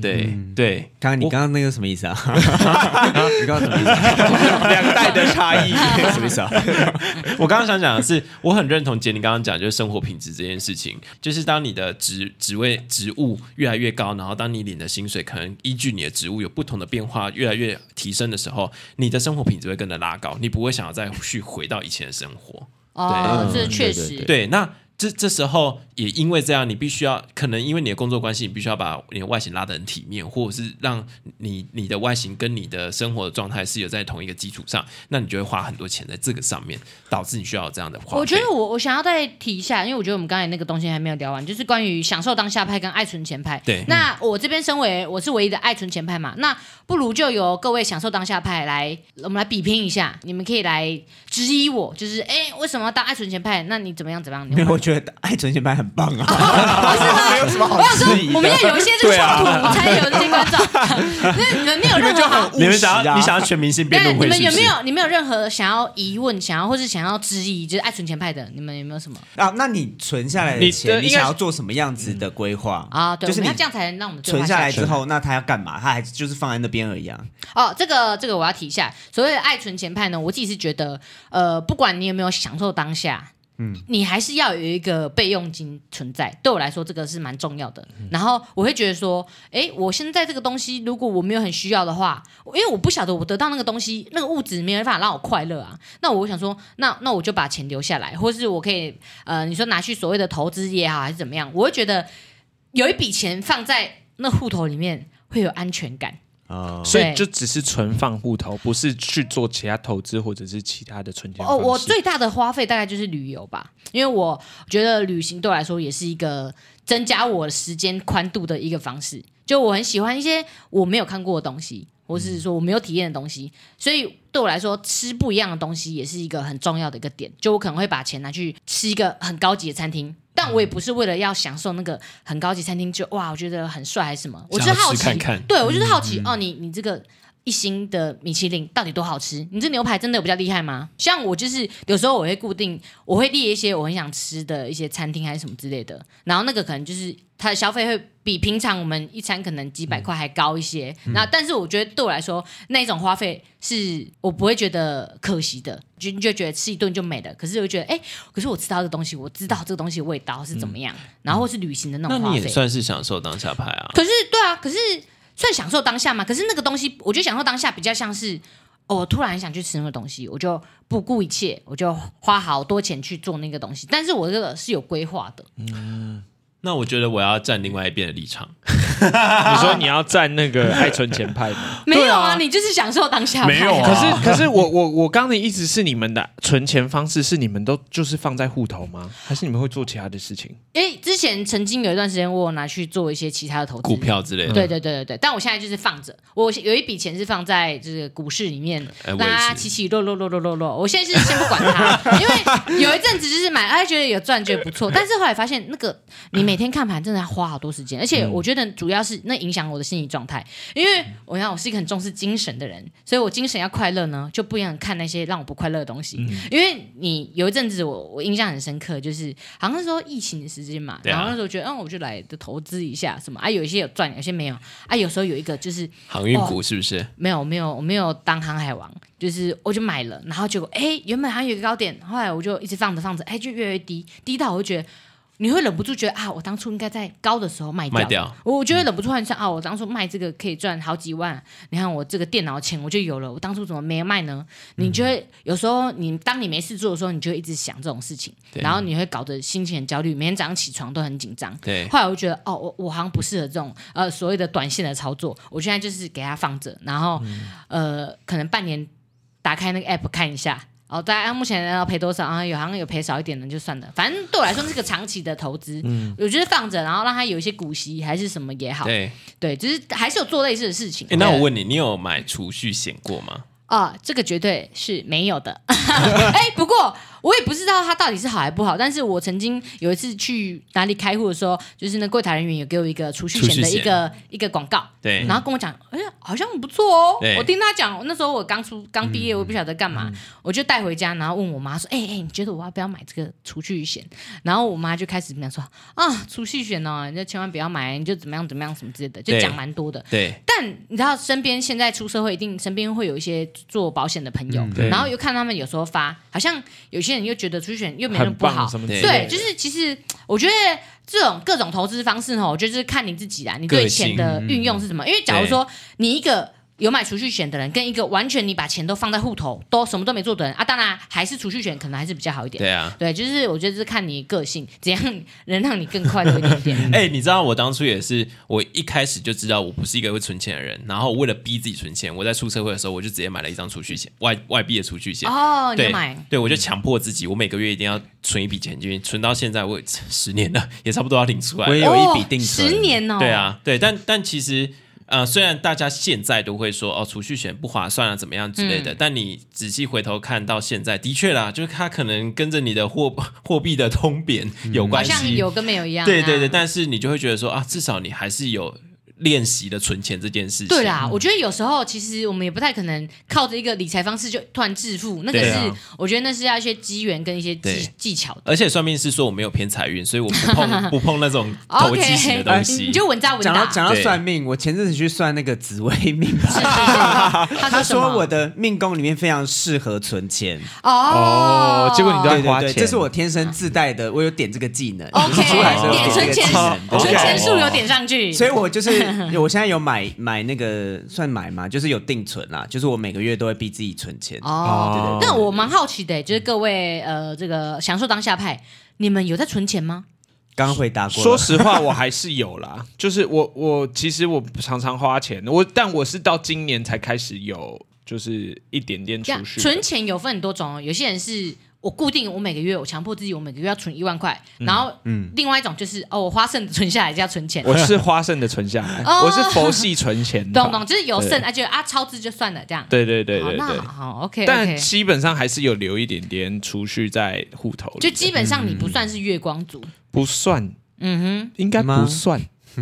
Speaker 5: 对、对，
Speaker 3: 刚刚你刚刚那个什么意思 啊？你刚刚什么意思？啊
Speaker 4: 两代的差异。
Speaker 3: 什么意思啊？
Speaker 5: 我刚刚想讲的是，我很认同杰你刚刚讲，就是生活品质这件事情，就是当你的职职位职务越来越高，然后当你领的薪水可能依据你的职务有不同的变化，越来越提升的时候，你的生活品质会跟着拉高，你不会想要再去回到以前的生活。
Speaker 2: 哦，
Speaker 3: 对
Speaker 2: 这
Speaker 3: 嗯
Speaker 2: 确
Speaker 3: 对对
Speaker 2: 实
Speaker 3: 对
Speaker 5: 对，那这这时候也因为这样，你必须要可能因为你的工作关系，你必须要把你的外形拉得很体面，或者是让你你的外形跟你的生活的状态是有在同一个基础上，那你就会花很多钱在这个上面，导致你需要有这样的花费。
Speaker 2: 我觉得我我想要再提一下，因为我觉得我们刚才那个东西还没有聊完，就是关于享受当下派跟爱存钱派。
Speaker 5: 对
Speaker 2: 那我这边身为我是唯一的爱存钱派嘛，那不如就由各位享受当下派来，我们来比拼一下，你们可以来质疑我，就是哎，诶为什么要当爱存钱派？那你怎么样怎 么样？你
Speaker 3: 因为我觉得爱存钱派很棒啊。
Speaker 2: 没有什么好我想说，我们要有一些这个冲突，
Speaker 4: 啊
Speaker 2: 才有这些观众。 那你们没有任何好
Speaker 5: 你们想
Speaker 3: 务实
Speaker 5: 要
Speaker 3: 啊
Speaker 5: 你想要全明星辩论
Speaker 2: 你
Speaker 5: 会
Speaker 2: 们
Speaker 5: 是不
Speaker 2: 有
Speaker 5: 是
Speaker 2: 没？有你们有任何想要疑问，想要或是想要质疑，就是爱存钱派的，你们有没有什么
Speaker 3: 啊，那你存下来
Speaker 4: 你
Speaker 3: 的钱，
Speaker 4: 对
Speaker 3: 你
Speaker 4: 应该
Speaker 3: 想要做什么样子的规划
Speaker 2: 啊？对，
Speaker 3: 就是
Speaker 2: 我们
Speaker 3: 你
Speaker 2: 要这样才能让我们对话
Speaker 3: 存下来
Speaker 2: 去
Speaker 3: 之后，那他要干嘛？他还就是放在那边而已啊。
Speaker 2: 哦，这个这个我要提一下，所谓的爱存钱派呢，我自己是觉得，呃，不管你有没有享受当下。嗯，你还是要有一个备用金存在。对我来说，这个是蛮重要的。然后我会觉得说，诶，我现在这个东西，如果我没有很需要的话，因为我不晓得我得到那个东西，那个物质没有办法让我快乐啊。那我想说，那那我就把钱留下来，或是我可以，呃，你说拿去所谓的投资也好，还是怎么样，我会觉得有一笔钱放在那户头里面会有安全感。
Speaker 3: 哦，
Speaker 4: 所以就只是存放户头，不是去做其他投资或者是其他的存钱
Speaker 2: 哦，
Speaker 4: 方式
Speaker 2: 我最大的花费大概就是旅游吧，因为我觉得旅行对我来说也是一个增加我时间宽度的一个方式。就我很喜欢一些我没有看过的东西，或
Speaker 7: 嗯
Speaker 2: 是说我没有体验的东西。所以对我来说，吃不一样的东西也是一个很重要的一个点。就我可能会把钱拿去吃一个很高级的餐厅。但我也不是为了要享受那个很高级餐厅，就哇，我觉得很帅还是什么，我就是好奇，
Speaker 7: 想要吃看看嗯
Speaker 2: 对我就是好奇、哦，你你这个一星的米其林到底多好吃？你这牛排真的有比较厉害吗？像我就是有时候我会固定，我会列一些我很想吃的一些餐厅还是什么之类的，然后那个可能就是它的消费会比平常我们一餐可能几百块还高一些。
Speaker 5: 嗯
Speaker 2: 那但是我觉得对我来说，那种花费是我不会觉得可惜的，就你就觉得吃一顿就没了。可是我就觉得，哎，可是我吃到这个东西，我知道这个东西的味道是怎么样，然后或是旅行的那
Speaker 5: 嗯那
Speaker 2: 种花
Speaker 5: 你
Speaker 2: 费
Speaker 5: 也。算是享受当下派啊。
Speaker 2: 可是对啊，可是算享受当下嘛。可是那个东西，我觉得享受当下比较像是，哦，我突然想去吃那个东西，我就不顾一切，我就花好多钱去做那个东西。但是我这个是有规划的，
Speaker 5: 那我觉得我要站另外一边的立场，
Speaker 4: 你说你要站那 个爱存钱派吗？哦
Speaker 2: 没有啊，你就是享受当下派啊，
Speaker 7: 没有啊
Speaker 4: 可是可是我我我刚的意思是，你们的存钱方式是你们都就是放在户头吗？还是你们会做其他的事情？
Speaker 2: 因为之前曾经有一段时间，我有拿去做一些其他的投资，
Speaker 5: 股。票之类的。
Speaker 2: 对对对对对，但我现在就是放着，我有一笔钱是放在这个股市里面，
Speaker 5: 哎
Speaker 2: 让
Speaker 5: 我也
Speaker 2: 它
Speaker 5: 是
Speaker 2: 起起落落落落落落。我现在是先不管 它，因为有一阵子就是买，哎，觉得有赚觉得不错，但是后来发现那个你每天看盘真的要花好多时间，而且我觉得主要是那影响我的心理状态，因为我想我是一个很重视精神的人，所以我精神要快乐呢，就不想看那些让我不快乐的东西。
Speaker 5: 嗯
Speaker 2: 因为你有一阵子我我印象很深刻，就是好像那时候疫情的时间嘛，
Speaker 5: 对啊
Speaker 2: 然后那时候觉得，嗯，我就来投资一下什么啊，有一些有赚，有些没有啊，有时候有一个就是
Speaker 5: 航运
Speaker 2: 哦
Speaker 5: 股是不是？
Speaker 2: 没有没有我没有当航海王，就是我就买了，然后结果哎，原本好像有一个高点，后来我就一直放着放着，哎，就越来越低，低到我就觉得。你会忍不住觉得啊，我当初应该在高的时候卖掉。
Speaker 5: 卖掉
Speaker 2: 我我就会忍不住幻想啊，我当初卖这个可以赚好几万，你看我这个电脑钱我就有了，我当初怎么没卖呢？你就会有时候你当你没事做的时候，你就会一直想这种事情，然后你会搞得心情很焦虑，每天早上起床都很紧张。
Speaker 5: 对
Speaker 2: 后来我就觉得哦，我我好像不适合这种呃所谓的短线的操作，我现在就是给它放着，然后、
Speaker 5: 嗯
Speaker 2: 呃可能半年打开那个 app 看一下。哦，大家目前要赔多少啊？有好像有赔少一点的就算了，反正对我来说是个长期的投资，我觉得放着，然后让它有一些股息还是什么也好，
Speaker 5: 嗯对。
Speaker 2: 对，只是还是有做类似的事情。
Speaker 5: 哎，那我问你，你有买储蓄险过吗？
Speaker 2: 啊，这个绝对是没有的。 哎、不过我也不知道它到底是好还不好，但是我曾经有一次去哪里开户的时候，就是那柜台人员有给我一个储蓄
Speaker 5: 储蓄
Speaker 2: 险的一
Speaker 5: 险
Speaker 2: 个一个广告，
Speaker 5: 对
Speaker 2: 然后跟我讲，哎、呀，好像不错哦
Speaker 5: 对。嗯
Speaker 2: 我听他讲，那时候我刚出刚毕业，我不晓得干嘛，我就带回家，然后问我妈说，哎、哎、你觉得我要不要买这个储蓄险？然后我妈就开始怎么样说啊，储蓄险哦，你就千万不要买，你就怎么样怎么样什么之类的，就
Speaker 5: 对
Speaker 2: 讲蛮多的。
Speaker 5: 对，
Speaker 2: 但你知道，身边现在出社会，一定身边会有一些做保险的朋友，
Speaker 4: 对
Speaker 2: 然后又看他们有时候发，好像有些人又觉得出险又没那么
Speaker 4: 很
Speaker 2: 不好
Speaker 4: 棒，什么之类的
Speaker 2: 对，就是其实我觉得这种各种投资方式哈，我觉得就是看你自己啦，你对钱的运用是什么。因为假如说你一个有买储蓄险的人，跟一个完全你把钱都放在户头，都什么都没做的人啊，当然还是储蓄险可能还是比较好一点。
Speaker 5: 对啊。
Speaker 2: 对，就是我觉得是看你个性，怎样能让你更快乐一点点。
Speaker 5: 哎、你知道我当初也是，我一开始就知道我不是一个会存钱的人，然后为了逼自己存钱，我在出社会的时候，我就直接买了一张储蓄险，外外币的储蓄险。
Speaker 2: 哦，你
Speaker 5: 对
Speaker 2: 有买。
Speaker 5: 对，
Speaker 3: 嗯
Speaker 5: 我就强迫自己，我每个月一定要存一笔钱进去，存到现在我也 十年了，也差不多要领出来
Speaker 3: 我
Speaker 5: 了。
Speaker 3: 也有一笔
Speaker 2: 哦
Speaker 3: 定存
Speaker 2: 十年哦，
Speaker 5: 对，啊，对，但但其实。呃，虽然大家现在都会说哦，储蓄险不划算啊，怎么样之类
Speaker 2: 嗯
Speaker 5: 的，但你仔细回头看到现在，的确啦，就是它可能跟着你的货 货币的通贬
Speaker 3: 嗯
Speaker 5: 有
Speaker 2: 好
Speaker 5: 关系，
Speaker 2: 像有跟没有一样啊。
Speaker 5: 对对对，但是你就会觉得说啊，至少你还是有练习的存钱这件事情。
Speaker 2: 对啦，我觉得有时候其实我们也不太可能靠着一个理财方式就突然致富，那个
Speaker 5: 对
Speaker 2: 是、
Speaker 5: 啊
Speaker 2: 我觉得那是要一些机缘跟一些技
Speaker 5: 对
Speaker 2: 技巧的。
Speaker 5: 而且算命是说我没有偏财运，所以我不 碰不碰那种投机型
Speaker 2: OK，
Speaker 5: 的
Speaker 2: 哎
Speaker 5: 东西。
Speaker 2: 你就稳扎稳
Speaker 3: 讲到
Speaker 2: 打。
Speaker 3: 讲到
Speaker 5: 对
Speaker 3: 算命，我前阵子去算那个紫微命
Speaker 2: 是
Speaker 3: 盘，
Speaker 2: 是是他
Speaker 3: 他
Speaker 2: 说什么
Speaker 3: 说我的命宫里面非常适合存钱，
Speaker 2: 哦
Speaker 4: 哦结果你都在
Speaker 3: 对
Speaker 4: 花
Speaker 3: 对对，
Speaker 4: 钱
Speaker 3: 这是我天生自带的，我有点这个技能
Speaker 2: OK，
Speaker 3: 出来的时候
Speaker 2: 点
Speaker 3: 有
Speaker 2: 存
Speaker 3: 点这个
Speaker 2: 钱
Speaker 3: 技能，哦对
Speaker 2: 存
Speaker 4: 对
Speaker 2: 钱数有点上去，
Speaker 3: 所以我 就是，我现在有买买那个算买嘛，就是有定存啦，就是我每个月都会逼自己存钱。
Speaker 2: 哦。
Speaker 4: 对对
Speaker 2: 但我蛮好奇的，就是各位呃，这个享受当下派，你们有在存钱吗？
Speaker 3: 刚刚回答过了，
Speaker 4: 说实话，我还是有啦，就是我我其实我常常花钱，我但我是到今年才开始有，就是一点点
Speaker 2: 这
Speaker 4: 储
Speaker 2: 样
Speaker 4: 蓄的。
Speaker 2: 存钱有分很多种哦，有些人是我固定我每个月我强迫自己，我每个月要存一万块，
Speaker 4: 嗯
Speaker 2: 然后另外一种就是哦，我花剩的存下来就要存钱，
Speaker 4: 我是花剩的存下来，
Speaker 2: 哦
Speaker 4: 我是佛系存钱 法，
Speaker 2: 懂懂，就是有剩，
Speaker 4: 对
Speaker 2: 哎，觉得啊超支就算了这样。
Speaker 4: 对对对
Speaker 2: 好
Speaker 4: 对
Speaker 2: 那
Speaker 4: 对。
Speaker 2: 好，OK，
Speaker 4: 但
Speaker 2: OK。
Speaker 4: 基本上还是有留一点点储蓄在户头里，
Speaker 2: 就基本上你不算是月光族，
Speaker 4: 不算，
Speaker 2: 嗯
Speaker 4: 应该
Speaker 3: 吗
Speaker 4: 不算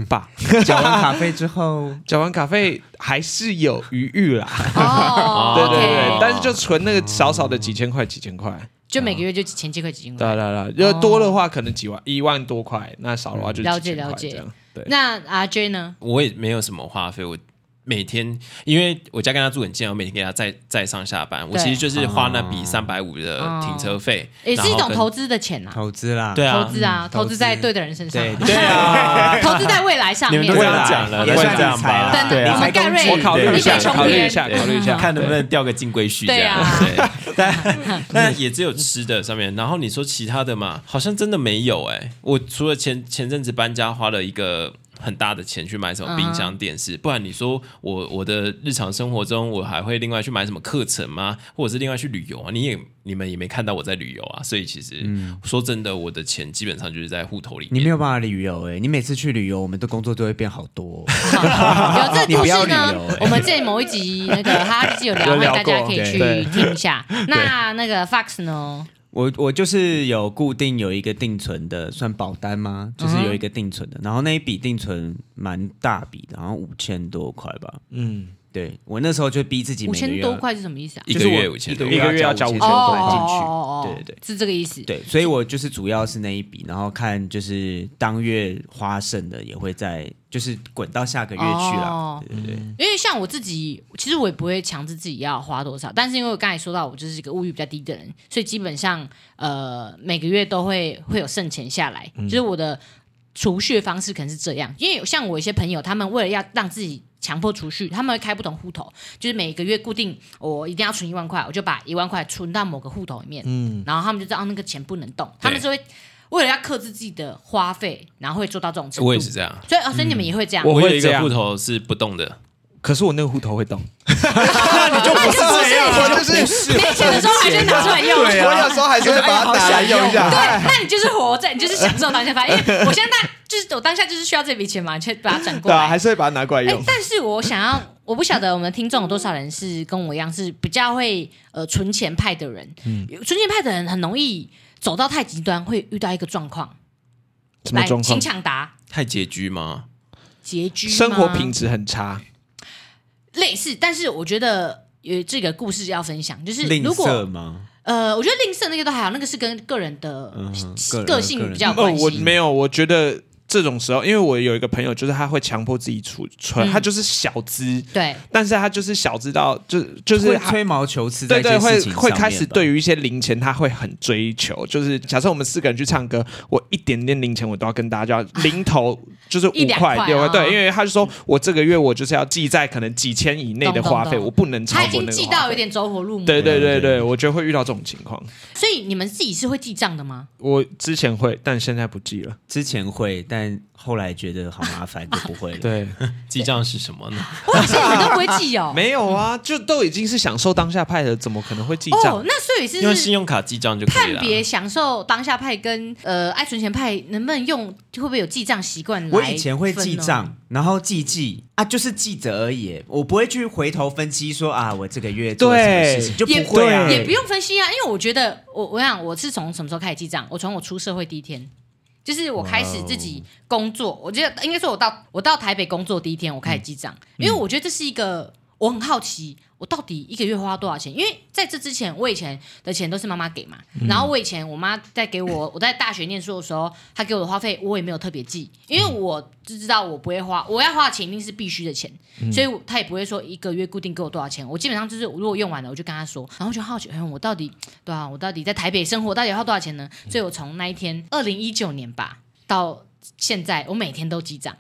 Speaker 4: 吧。
Speaker 3: 缴完卡费之后，
Speaker 4: 缴完卡费还是有余裕啦，
Speaker 2: 哼，哦，
Speaker 4: 嗯 对对
Speaker 2: OK
Speaker 4: 对，但是就存那个少少的几千块、几千块，
Speaker 2: 就每个月就几千几块几千
Speaker 4: 对
Speaker 2: 块。
Speaker 4: 啦啦，要多的话可能几万、一万多块，那少的话就
Speaker 2: 了
Speaker 4: 几
Speaker 2: 解
Speaker 4: 千
Speaker 2: 了
Speaker 4: 块
Speaker 2: 解
Speaker 4: 这样。对，
Speaker 2: 那阿 J 呢？
Speaker 5: 我也没有什么花费，我每天因为我家跟他住很近，我每天给他载载上下班，我
Speaker 2: 对
Speaker 5: 其实就是花那笔三百五的停车费，
Speaker 2: 哦也是一
Speaker 5: 然后
Speaker 2: 种
Speaker 5: 跟
Speaker 2: 投资的钱呐，
Speaker 3: 投资啦，
Speaker 5: 对啊，
Speaker 2: 投资啊，投资在对的人身上，
Speaker 3: 对
Speaker 5: 对啊，
Speaker 2: 投资在未来上
Speaker 5: 你
Speaker 2: 面啊
Speaker 5: 们都。这样
Speaker 3: 来
Speaker 5: 讲了，
Speaker 3: 啊也
Speaker 5: 那就
Speaker 3: 算
Speaker 5: 这样
Speaker 3: 理财
Speaker 5: 吧
Speaker 3: 啦，
Speaker 2: 等
Speaker 5: 对
Speaker 2: 我
Speaker 5: 啊，
Speaker 2: 们盖瑞，
Speaker 4: 我考虑一下，
Speaker 2: 对
Speaker 4: 考虑一下，
Speaker 2: 对
Speaker 4: 考 虑一下，
Speaker 5: 看能不能钓个金龟婿这样。
Speaker 2: 对啊
Speaker 5: 对，但但也只有吃的上面，然后你说其他的嘛，好像真的没有哎、我除了前前阵子搬家花了一个。很大的钱去买什么
Speaker 2: 嗯
Speaker 5: 冰箱、电视，不然你说我我的日常生活中，我还会另外去买什么课程吗？或者是另外去旅游啊？你也你们也没看到我在旅游啊，所以其实、
Speaker 4: 嗯
Speaker 5: 说真的，我的钱基本上就是在户头里面。
Speaker 3: 你没有办法旅游哎、你每次去旅游，我们的工作都会变好 多、
Speaker 2: 有这个故事呢
Speaker 3: 你不要理由，
Speaker 2: 我们这某一集那 个哈哈基有聊，
Speaker 4: 有
Speaker 2: 欢迎
Speaker 4: 聊
Speaker 2: 大家
Speaker 4: 过
Speaker 2: 可以
Speaker 3: 对
Speaker 2: 去
Speaker 4: 对
Speaker 2: 听一下。那那个 Fox 呢？
Speaker 3: 我我就是有固定有一个定存的，算保单吗？就是有一个定存的，然后那一笔定存蛮大笔的，好像五千多块吧。
Speaker 4: 嗯，
Speaker 3: 对我那时候就逼自己
Speaker 2: 五
Speaker 3: 每个
Speaker 2: 千
Speaker 3: 月
Speaker 2: 多，块是什么意思啊？
Speaker 5: 一
Speaker 3: 就
Speaker 5: 个
Speaker 3: 是我
Speaker 5: 月五千多，
Speaker 4: 一个月要交
Speaker 3: 5000
Speaker 4: 五千多
Speaker 3: 块进去。
Speaker 2: 哦
Speaker 3: 对对对，
Speaker 2: 是这个意思。
Speaker 3: 对，所以我就是主要是那一笔，然后看就是当月花剩的也会在，就是滚到下个月去了
Speaker 2: 哦。
Speaker 3: 对对对，
Speaker 2: 因为像我自己，其实我也不会强制自己要花多少，但是因为我刚才说到，我就是一个物欲比较低的人，所以基本上呃每个月都会会有剩钱下来，就是我的储蓄的方式可能是这样。因为像我一些朋友，他们为了要让自己强迫储蓄，他们会开不同户头，就是每个月固定我一定要存一万块，我就把一万块存到某个户头里面，然后他们就知道哦那个钱不能动，他们是会为了要克制自己的花费，然后会做到这种程度。
Speaker 5: 我也是这样。
Speaker 2: 所以、哦、所以你们也会这样。
Speaker 4: 我
Speaker 5: 我
Speaker 4: 会
Speaker 5: 有一
Speaker 4: 这
Speaker 5: 个
Speaker 4: 样
Speaker 5: 户头是不动的，
Speaker 4: 可是我那个户头会动，
Speaker 2: 那就不是这样，
Speaker 4: 啊
Speaker 2: 我 就是没钱的时候还是拿出 来
Speaker 4: 哎
Speaker 2: 用。
Speaker 7: 我有时候还是会
Speaker 2: 哎
Speaker 7: 把它打来用一
Speaker 2: 对，
Speaker 7: 下。
Speaker 2: 那你就是活在，你就是享受当下发，因为我现在大就是我当下就是需要这笔钱嘛，你却把它转过
Speaker 7: 对啊，
Speaker 2: 来
Speaker 7: 还。是会把它拿过来
Speaker 2: 哎
Speaker 7: 用，。
Speaker 2: 但是我想要，我不晓得我们听众有多少人是跟我一样是比较会呃存钱派的人，存钱派的人很容易走到太极端，会遇到一个状况。
Speaker 4: 什么
Speaker 2: 来，
Speaker 4: 状况
Speaker 2: 请？抢答，
Speaker 5: 太拮据吗？
Speaker 2: 拮据吗
Speaker 4: 生活品质很差，
Speaker 2: 类似，但是我觉得有这个故事要分享，就是
Speaker 3: 吝
Speaker 2: 如果
Speaker 3: 啬吗？
Speaker 2: 呃，我觉得吝啬那个都还好，那个是跟个人的
Speaker 3: 嗯哼
Speaker 2: 个
Speaker 3: 个人
Speaker 2: 性
Speaker 3: 个人
Speaker 2: 比较有
Speaker 4: 呃，
Speaker 2: 关系。
Speaker 4: 我没有，我觉得这种时候，因为我有一个朋友，就是他会强迫自己储存，
Speaker 2: 嗯
Speaker 4: 他就是小资，
Speaker 2: 对，
Speaker 4: 但是他就是小资到就就
Speaker 3: 就是是
Speaker 4: 他
Speaker 3: 吹毛求疵在
Speaker 4: 对
Speaker 3: 一
Speaker 4: 对，
Speaker 3: 件
Speaker 4: 会
Speaker 3: 事情
Speaker 4: 会
Speaker 3: 上
Speaker 4: 开
Speaker 3: 面
Speaker 4: 始
Speaker 3: 吧
Speaker 4: 对于一些零钱，他会很追求。就是假设我们四个人去唱歌，我一点点零钱我都要跟大家要零头，就是五
Speaker 2: 一两块
Speaker 4: 块六块。
Speaker 2: 哦
Speaker 4: 对，因为他就说我这个月我就是要记在可能几千以内的
Speaker 2: 懂懂
Speaker 4: 花费，
Speaker 2: 懂
Speaker 4: 我不能超
Speaker 2: 他已
Speaker 4: 过
Speaker 2: 经
Speaker 4: 那
Speaker 2: 记
Speaker 4: 个
Speaker 2: 到
Speaker 4: 花
Speaker 2: 有
Speaker 4: 费。
Speaker 2: 点走火入魔。
Speaker 4: 对对对
Speaker 3: 对
Speaker 4: 对，我觉得会遇到这种情况。
Speaker 2: 所以你们自己是会记账的吗？
Speaker 4: 我之前会，但现在不记了。
Speaker 3: 之前会，但后来觉得好麻烦，就不会 了。
Speaker 4: 对，
Speaker 5: 记账是什么呢？
Speaker 2: 我好像你都不会记哦。
Speaker 4: 没有啊，就都已经是享受当下派的，怎么可能会记
Speaker 2: 哦
Speaker 4: 账，？
Speaker 2: 那所以是
Speaker 5: 用
Speaker 2: 不
Speaker 5: 信
Speaker 2: 是
Speaker 5: 用卡记账就可以
Speaker 2: 判
Speaker 5: 了。
Speaker 2: 别享受当下派跟呃爱存钱派能不能用，会不会有记账习惯来？哦
Speaker 3: 我以前会记，账，然后记记啊，就是记着而已，我不会去回头分析说啊，我这个月做了什么事情就
Speaker 2: 也
Speaker 3: 不会啊，
Speaker 2: 也不用分析啊，因为我觉得我我想我是从什么时候开始记账？我从我出社会第一天。就是我开始自
Speaker 3: 哦
Speaker 2: 己工作，我觉得应该说，我到我到台北工作第一天，我开始记账，
Speaker 3: 嗯
Speaker 2: 因为我觉得这是一个我很好奇，我到底一个月花多少钱？因为在这之前，我以前的钱都是妈妈给嘛，
Speaker 3: 嗯
Speaker 2: 然后我以前我妈在给我，我在大学念书的时候，她给我的花费我也没有特别记，因为我就知道我不会花，我要花的钱一定是必须的钱，所以我她也不会说一个月固定给我多少钱，我基本上就是如果用完了我就跟她说，然后我就好奇，哎，我到底对啊，我到底在台北生活到底要花多少钱呢？所以我从那一天二零一九年吧到现在，我每天都记账。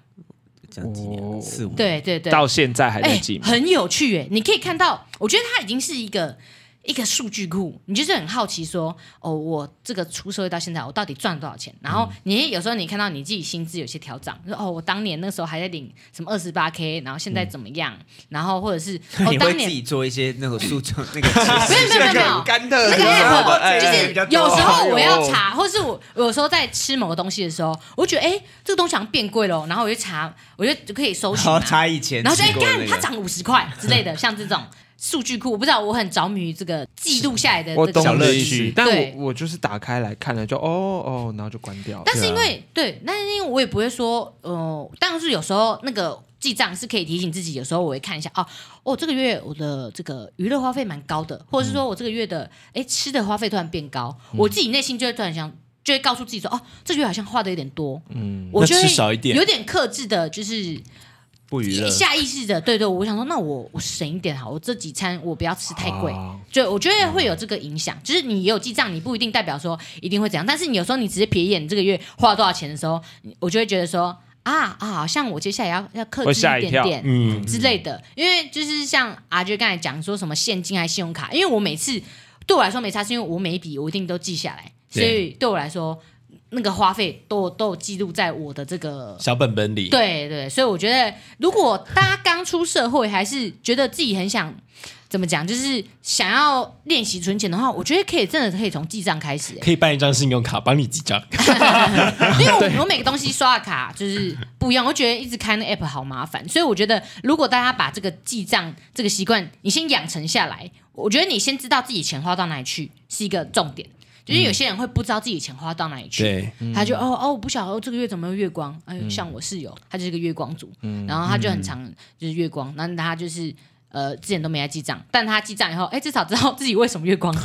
Speaker 3: 这样几
Speaker 4: 哦
Speaker 3: 年四五
Speaker 2: 对对对，
Speaker 4: 到现在还在
Speaker 2: 哎、
Speaker 4: 记吗？
Speaker 2: 很有趣耶！你可以看到，我觉得它已经是一个一个数据库，你就是很好奇说，哦，我这个出社会到现在，我到底赚了多少钱？然
Speaker 4: 嗯
Speaker 2: 后你有时候你看到你自己薪资有些调整，说哦，我当年那时候还在领什么二十八 k，然后现在怎么样？
Speaker 4: 嗯
Speaker 2: 然后或者 是哦
Speaker 3: 你，会
Speaker 2: 当
Speaker 3: 自
Speaker 2: 年
Speaker 3: 己做一些那个诉求 那个
Speaker 2: 没有哎没有没有没有，
Speaker 4: 甘特
Speaker 2: 那个
Speaker 4: 哎
Speaker 2: app 就是
Speaker 4: 比较多
Speaker 2: 有时候我要
Speaker 4: 哎
Speaker 2: 查，或是我我有时候在吃某个东西的时候，我就觉得哎、这个东西好像变贵了哦，然后我就查，我就可以搜寻
Speaker 3: 好
Speaker 2: 嘛，
Speaker 3: 差以前
Speaker 2: 然后就哎
Speaker 3: 吃过的
Speaker 2: 看、
Speaker 3: 那
Speaker 2: 它
Speaker 3: 个
Speaker 2: 涨五十块之类的，像这种数据库，我不知道我很着迷于这个记录下来的
Speaker 4: 我
Speaker 2: 这个
Speaker 4: 懂
Speaker 2: 小
Speaker 4: 你的
Speaker 2: 乐
Speaker 4: 意
Speaker 2: 趣。
Speaker 4: 思，但啊
Speaker 2: 对
Speaker 4: 我我就是打开来看了，就哦哦，然后就关掉了。
Speaker 2: 但是因为对，但是因为我也不会说，呃，但是有时候那个记账是可以提醒自己，有时候我会看一下，哦，哦，这个月我的这个娱乐花费蛮高的，或者是
Speaker 4: 嗯
Speaker 2: 说我这个月的哎吃的花费突然变高，我自己内心就会突然想。就会告诉自己说：“哦，这个月好像花的有点多，嗯，我
Speaker 5: 那
Speaker 2: 就会
Speaker 5: 吃少一点
Speaker 2: 有点克制的，就是
Speaker 3: 不娱乐，
Speaker 2: 下意识的，对对，我想说，那我我省一点好，我这几餐我不要吃太贵，
Speaker 4: 哦
Speaker 2: 就我觉得会有这个影响。就是你有记账，你不一定代表说一定会怎样，但是你有时候你只是瞥一眼你这个月花了多少钱的时候，你我就会觉得说啊啊，好像我接下来要要克
Speaker 4: 会
Speaker 2: 制
Speaker 4: 吓一
Speaker 2: 一点
Speaker 4: 跳
Speaker 2: 点，嗯之类的。因为就是像阿娟刚才讲说什么现金还是信用卡，因为我每次对我来说没差，是因为我每一笔我一定都记下来，所
Speaker 5: 对
Speaker 2: 以对我来说那个花费都有都有记录在我的这个
Speaker 5: 小本本里，
Speaker 2: 对对，所以我觉得，如果大家刚出社会，还是觉得自己很想怎么讲，就是想要练习存钱的话，我觉得可以真的可以从记账开始、 欸
Speaker 5: 可以办一张信用卡帮你记 账。
Speaker 2: 因为我我每个东西刷的卡就是不一样，我觉得一直开那 app 好麻烦，所以我觉得如果大家把这个记账这个习惯，你先养成下来，我觉得你先知道自己钱花到哪里去是一个重点。就是有些人会不知道自己钱花到哪里去，
Speaker 5: 对
Speaker 2: 他就哦哦，我不晓得、哦、这个月怎么有月光？哎，像我室友，他就是个月光族，然后他就很常就是月光，然后他就是。呃，之前都没来记账，但他记账以后，哎，至少知道自己为什么月光，至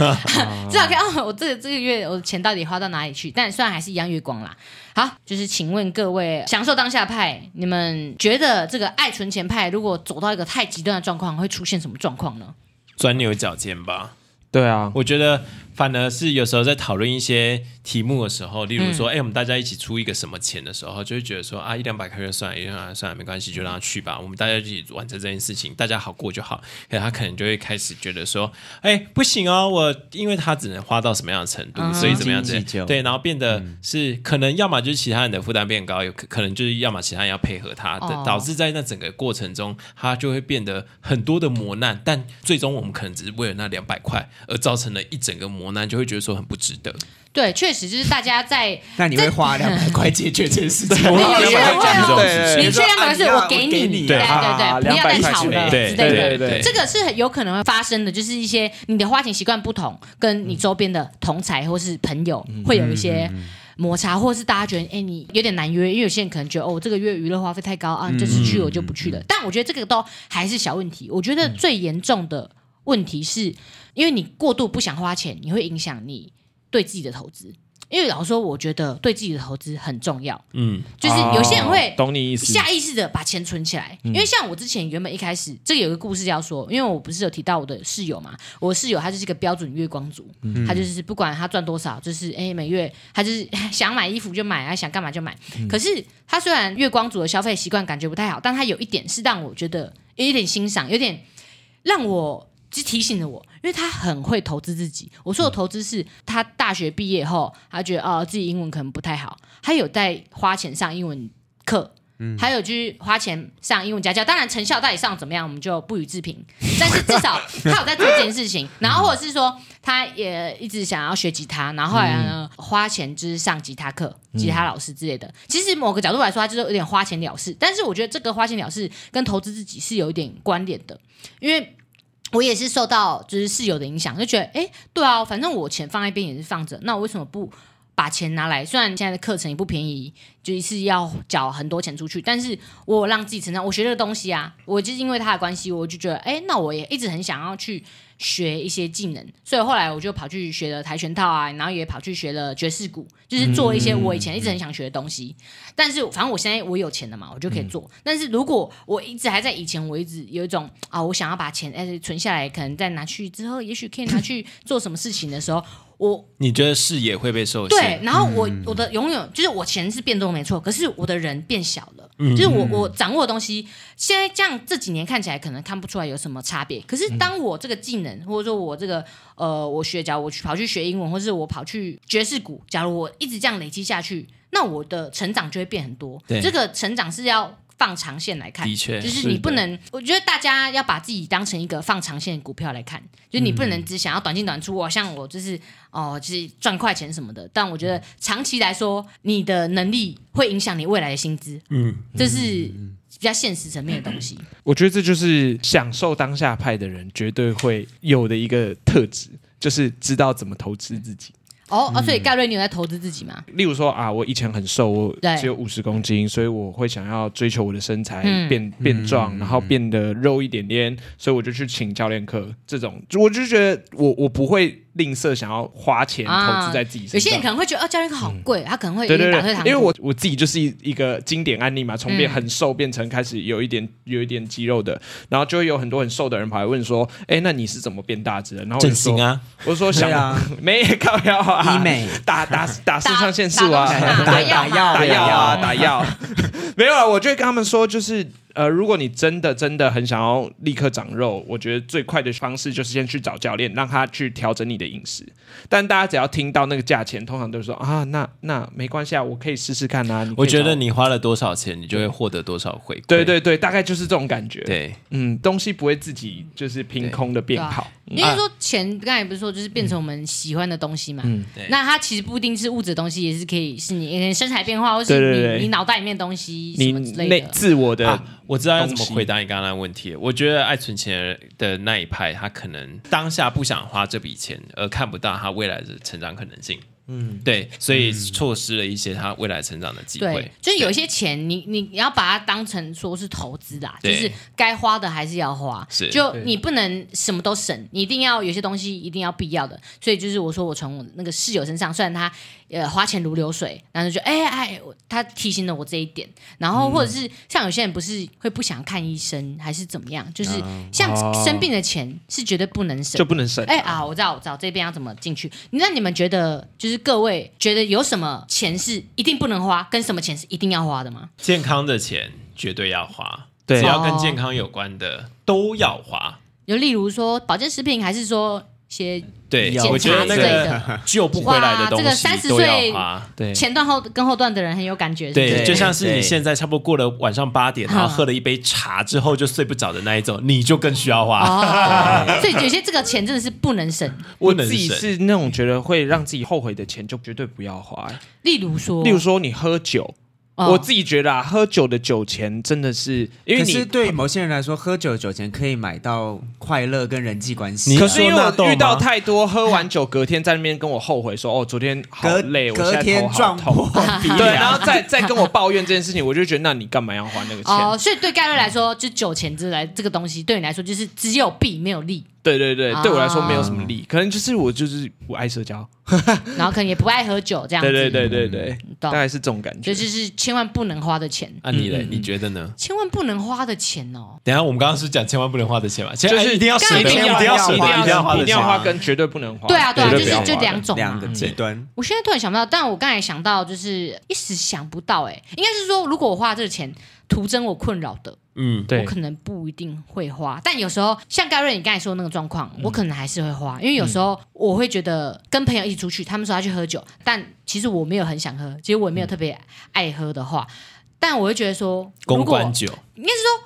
Speaker 2: 少看哦，我这个这个月我的钱到底花到哪里去？但虽然还是一样月光啦。好，就是请问各位享受当下派，你们觉得这个爱存钱派如果走到一个太极端的状况，会出现什么状况呢？
Speaker 5: 钻牛角尖吧。
Speaker 4: 对啊，
Speaker 5: 我觉得反而是有时候在讨论一些题目的时候，例
Speaker 2: 嗯
Speaker 5: 如说，哎、我们大家一起出一个什么钱的时候，就会觉得说啊，一两百块就算了，一两百块算了，没关系，就让他去吧。我们大家一起完成这件事情，大家好过就好。可是他可能就会开始觉得说，哎，不行哦，我因为他只能花到什么样的程
Speaker 2: 嗯
Speaker 5: 度，所以怎么样子
Speaker 3: 斤斤计较
Speaker 5: 对，然后变得
Speaker 4: 嗯
Speaker 5: 是、可能要么就是其他人的负担变高，有可可能就是要么其他人要配合他的，
Speaker 2: 哦
Speaker 5: 导致在那整个过程中，他就会变得很多的磨难，但最终我们可能只是为了那两百块而造成了一整个磨难，就会觉得说很不值得。
Speaker 2: 对，确实就是大家在
Speaker 3: 那你会花两 百块解决这件事情？
Speaker 2: 我
Speaker 5: 要
Speaker 2: 有些人会
Speaker 5: 讲这种
Speaker 2: 哦
Speaker 5: 事情
Speaker 2: 你
Speaker 4: 对
Speaker 2: 缺两百块是我
Speaker 4: 对
Speaker 2: 给
Speaker 3: 啊我给
Speaker 2: 你，
Speaker 3: 你
Speaker 2: 对对
Speaker 4: 啊
Speaker 2: 对，不要再吵了
Speaker 4: 200
Speaker 2: 之
Speaker 5: 对
Speaker 2: 类的。
Speaker 4: 对对
Speaker 2: 这个是很有可能会发生的，就是一些你的花钱习惯不同，跟你周边的同才或是朋友
Speaker 4: 嗯
Speaker 2: 会有一些摩擦，或是大家觉得哎、你有点难约，因为有些人可能觉得哦这个月娱乐花费太高啊，你这次去我就不去
Speaker 4: 嗯
Speaker 2: 了。但我觉得这个都还是小问题，我觉得最严重的问题是因为你过度不想花钱，你会影响你对自己的投资。因为老实说，我觉得对自己的投资很重要。
Speaker 5: 嗯，
Speaker 2: 就是有些人会
Speaker 4: 哦懂你意思，嗯
Speaker 2: 下意识的把钱存起来。因为像我之前原本一开始，这个有一个故事要说，因为我不是有提到我的室友嘛，我室友他就是一个标准月光族，
Speaker 4: 嗯
Speaker 2: 他就是不管他赚多少，就是哎每月他就是 想买衣服就买，啊想干嘛就买。
Speaker 4: 嗯
Speaker 2: 可是他虽然月光族的消费习惯感觉不太好，但他有一点是让我觉得有一点欣赏，有点让我。就提醒了我，因为他很会投资自己。我说的投资是他大学毕业后，他觉得哦自己英文可能不太好，他有在花钱上英文课，还有就是花钱上英文家教，当然成效到底上怎么样，我们就不予置评。 但是至少他有在做这件事情，然后或者是说他也一直想要学吉他，然后后来呢、花钱就是上吉他课、吉他老师之类的。其实某个角度来说，他就是有点花钱了事，但是我觉得这个花钱了事跟投资自己是有一点关联的，因为。我也是受到就是室友的影响，就觉得哎，诶对啊，反正我钱放在一边也是放着，那我为什么不把钱拿来？虽然现在的课程也不便宜，就是要缴很多钱出去，但是我有让自己成长，我学这个东西啊，我就是因为他的关系，我就觉得哎，诶那我也一直很想要去学一些技能，所以后来我就跑去学了跆拳道啊，然后也跑去学了爵士鼓，就是做一些我以前一直很想学的东西。但是反正我现在我有钱了嘛，我就可以做。但是如果我一直还在以前，我一直有一种啊，我想要把钱哎存下来，可能再拿去之后，也许可以拿去做什么事情的时候，我
Speaker 5: 你觉得视野会被受限？
Speaker 2: 对，，然后我、我的永远就是我钱是变多没错，可是我的人变小了，就是我我掌握的东西，现在这样这几年看起来可能看不出来有什么差别，可是当我这个技能或者说我这个呃我学假如我去跑去学英文，或是我跑去爵士鼓，假如我一直这样累积下去，那我的成长就会变很多。
Speaker 5: 对
Speaker 2: 这个成长是要。放长线来看，
Speaker 5: 的确
Speaker 2: 就是
Speaker 5: 是
Speaker 2: 你
Speaker 5: 的
Speaker 2: 不能，我觉得大家要把自己当成一个放长线的股票来看，就是
Speaker 5: 嗯
Speaker 2: 你不能只想要短进短出哦。像我就是哦，就是赚快钱什么的。但我觉得长期来说，你的能力会影响你未来的薪资，嗯，这是比较现实层面的东西。
Speaker 4: 我觉得这就是享受当下派的人绝对会有的一个特质，就是知道怎么投资自己。
Speaker 2: 哦，哦，所
Speaker 5: 嗯
Speaker 2: 以盖瑞，你有在投资自己吗？
Speaker 4: 例如说啊，我以前很瘦，我
Speaker 2: 对
Speaker 4: 只有五十公斤，所以我会想要追求我的身材
Speaker 2: 嗯
Speaker 4: 变变壮，然后变得肉一点点，所以我就去请教练课。这种我就觉得我我不会吝啬想要花钱
Speaker 2: 啊
Speaker 4: 投资在自己
Speaker 2: 有
Speaker 4: 身上。
Speaker 2: 些人可能会觉得哦，教练课
Speaker 4: 嗯
Speaker 2: 好贵，他可能会有
Speaker 4: 对
Speaker 2: 点
Speaker 4: 对
Speaker 2: 打退
Speaker 4: 对
Speaker 2: 堂，鼓。
Speaker 4: 因为我我自己就是一一个经典案例嘛，从变
Speaker 2: 嗯
Speaker 4: 很瘦变成开始有一点有一点肌肉的，然后就会有很多很瘦的人跑来问说：“哎，那你是怎么变大只的？”然后我就
Speaker 5: 整
Speaker 4: 说
Speaker 5: 形啊，
Speaker 4: 我就说想
Speaker 3: 对啊
Speaker 4: 没靠腰啊，
Speaker 3: 医美
Speaker 4: 打打打肾
Speaker 2: 打
Speaker 4: 上腺素啊，
Speaker 2: 打
Speaker 3: 打
Speaker 2: 药嘛
Speaker 3: 药
Speaker 4: 打药啊，
Speaker 3: 对
Speaker 4: 打药。 没有啊，我就会跟他们说，就是呃，如果你真的真的很想要立刻长肉，我觉得最快的方式就是先去找教练，让他去调整你的饮食。但大家只要听到那个价钱，通常都说啊，那那没关系啊，我可以试试看啊。你可以
Speaker 5: 我觉得
Speaker 4: 找。
Speaker 5: 你花了多少钱，你就会获得多少回馈。
Speaker 4: 对对对，大概就是这种感觉。，
Speaker 5: 对，
Speaker 4: 嗯，东西不会自己就是凭空的变好。嗯啊
Speaker 2: 应该啊说钱，刚才不是说就是变成我们喜欢的东西嘛？
Speaker 4: 嗯
Speaker 5: 对
Speaker 2: 那它其实不一定是物质的东西，也是可以是你你身材变化，或
Speaker 4: 对对
Speaker 2: 是
Speaker 4: 对
Speaker 2: 你你脑袋里面的东西
Speaker 4: 你
Speaker 2: 什么之类
Speaker 4: 内
Speaker 2: 的。
Speaker 4: 自我的、
Speaker 5: 啊，我知道要怎么
Speaker 4: 东西
Speaker 5: 回答你刚刚的问题了。我觉得爱存钱的那一派，他可能当下不想花这笔钱，而看不到他未来的成长可能性。嗯，对，所以错失了一些他未来成长的机
Speaker 2: 对
Speaker 5: 会，。
Speaker 2: 就是有一些钱，你你你要把它当成说是投资啦，就
Speaker 5: 对
Speaker 2: 是该花的还是要花，
Speaker 5: 是
Speaker 2: 就你不能什么都省，你一定要有些东西一定要必要的。所以就是我说我从我那个室友身上，虽然他呃花钱如流水，然后就哎哎，我他提醒了我这一点。然后或者
Speaker 5: 嗯
Speaker 2: 是像有些人不是会不想看医生，还是怎么样，就是
Speaker 5: 哦
Speaker 2: 像生病的钱是绝对不能省
Speaker 4: 就，不能省。
Speaker 2: 哎、啊，我知道，我知道这边要怎么进去。那你们觉得，就是各位觉得有什么钱是一定不能花，跟什么钱是一定要花的吗？
Speaker 5: 健康的钱绝对要花，
Speaker 4: 对
Speaker 5: 只要跟健康有关
Speaker 2: 哦
Speaker 5: 的都要花。
Speaker 2: 就例如说保健食品，还是说一些
Speaker 5: 对
Speaker 3: 有，
Speaker 5: 我觉得那
Speaker 2: 之类的
Speaker 5: 个救不回来的东
Speaker 2: 哇这个30
Speaker 5: 西都
Speaker 2: 岁
Speaker 5: 要花。
Speaker 4: 对
Speaker 2: 前段后跟后段的人很有感觉？是不是
Speaker 5: 对，
Speaker 3: 对
Speaker 5: 就像是你
Speaker 3: 对
Speaker 5: 现在差不多过了晚上八点，然后喝了一杯茶之后就睡不着的那一种，你就更需要花。
Speaker 2: 哦，所以有些这个钱真的是不能省。
Speaker 4: 我
Speaker 5: 不能
Speaker 4: 自己
Speaker 5: 省
Speaker 4: 是那种觉得会让自己后悔的钱，就绝对不要花、哎
Speaker 2: 例如说，
Speaker 4: 例如，说你喝酒，
Speaker 2: 哦
Speaker 4: 我自己觉得啊，喝酒的酒钱真的是，因为
Speaker 3: 可
Speaker 4: 你
Speaker 3: 是对某些人来说，喝酒酒钱可以买到快乐跟人际关系。啊
Speaker 5: 你
Speaker 4: 可是因为
Speaker 5: 说纳豆
Speaker 4: 我
Speaker 5: 吗
Speaker 4: 遇到太多喝完酒隔天在那边跟我后悔说，哦，昨天好
Speaker 3: 隔
Speaker 4: 累，我现
Speaker 3: 隔
Speaker 4: 在头
Speaker 3: 天
Speaker 4: 好
Speaker 3: 撞
Speaker 4: 痛。
Speaker 3: 破 鼻
Speaker 4: 对，然后
Speaker 3: 梁，
Speaker 4: 再再跟我抱怨这件事情，我就觉得那你干嘛要花那个钱？
Speaker 2: 哦，所以对盖瑞来说，就酒钱这来这个东西，对你来说就是只有弊没有利，
Speaker 4: 对对对，
Speaker 2: 啊
Speaker 4: 对我来说没有什么利，可能就是我就是我爱社交，
Speaker 2: 然后可能也不爱喝酒这样子。
Speaker 4: 对对对对对，
Speaker 2: 嗯懂
Speaker 4: 大概是这种感
Speaker 2: 所
Speaker 4: 觉
Speaker 2: 以。就是千万不能花的钱，
Speaker 5: 啊，你嘞？你觉得呢？
Speaker 2: 千万不能花的钱哦。
Speaker 5: 等一下我们刚刚是讲千万不能花的钱嘛，就
Speaker 4: 就是
Speaker 5: 一定要舍得，
Speaker 4: 一定
Speaker 5: 一
Speaker 4: 要
Speaker 5: 定要
Speaker 4: 一
Speaker 5: 舍
Speaker 4: 定
Speaker 5: 得，一定要花
Speaker 4: 花，
Speaker 5: 的
Speaker 4: 一定要
Speaker 5: 钱。
Speaker 4: 花跟绝对不能花。
Speaker 2: 对啊，对啊，
Speaker 5: 哦绝
Speaker 2: 就
Speaker 5: 对不
Speaker 2: 是
Speaker 5: 要
Speaker 2: 就
Speaker 5: 花
Speaker 2: 两种
Speaker 3: 两个
Speaker 2: 嘛。
Speaker 3: 极端。
Speaker 2: 我现在突然想不到，但我刚才想到，就是一时想不到、欸，哎，应该是说，如果我花这个钱徒增我困扰的，
Speaker 5: 嗯，
Speaker 2: 我
Speaker 4: 对
Speaker 2: 可能不一定会花。但有时候像盖瑞你刚才说的那个状况，
Speaker 5: 嗯
Speaker 2: 我可能还是会花，因为有时候我会觉得跟朋友一起出去，他们说要去喝酒，但其实我没有很想喝，其实我也没
Speaker 5: 嗯
Speaker 2: 有特别爱喝的话，但我会觉得说，如
Speaker 5: 公
Speaker 2: 果
Speaker 5: 关酒，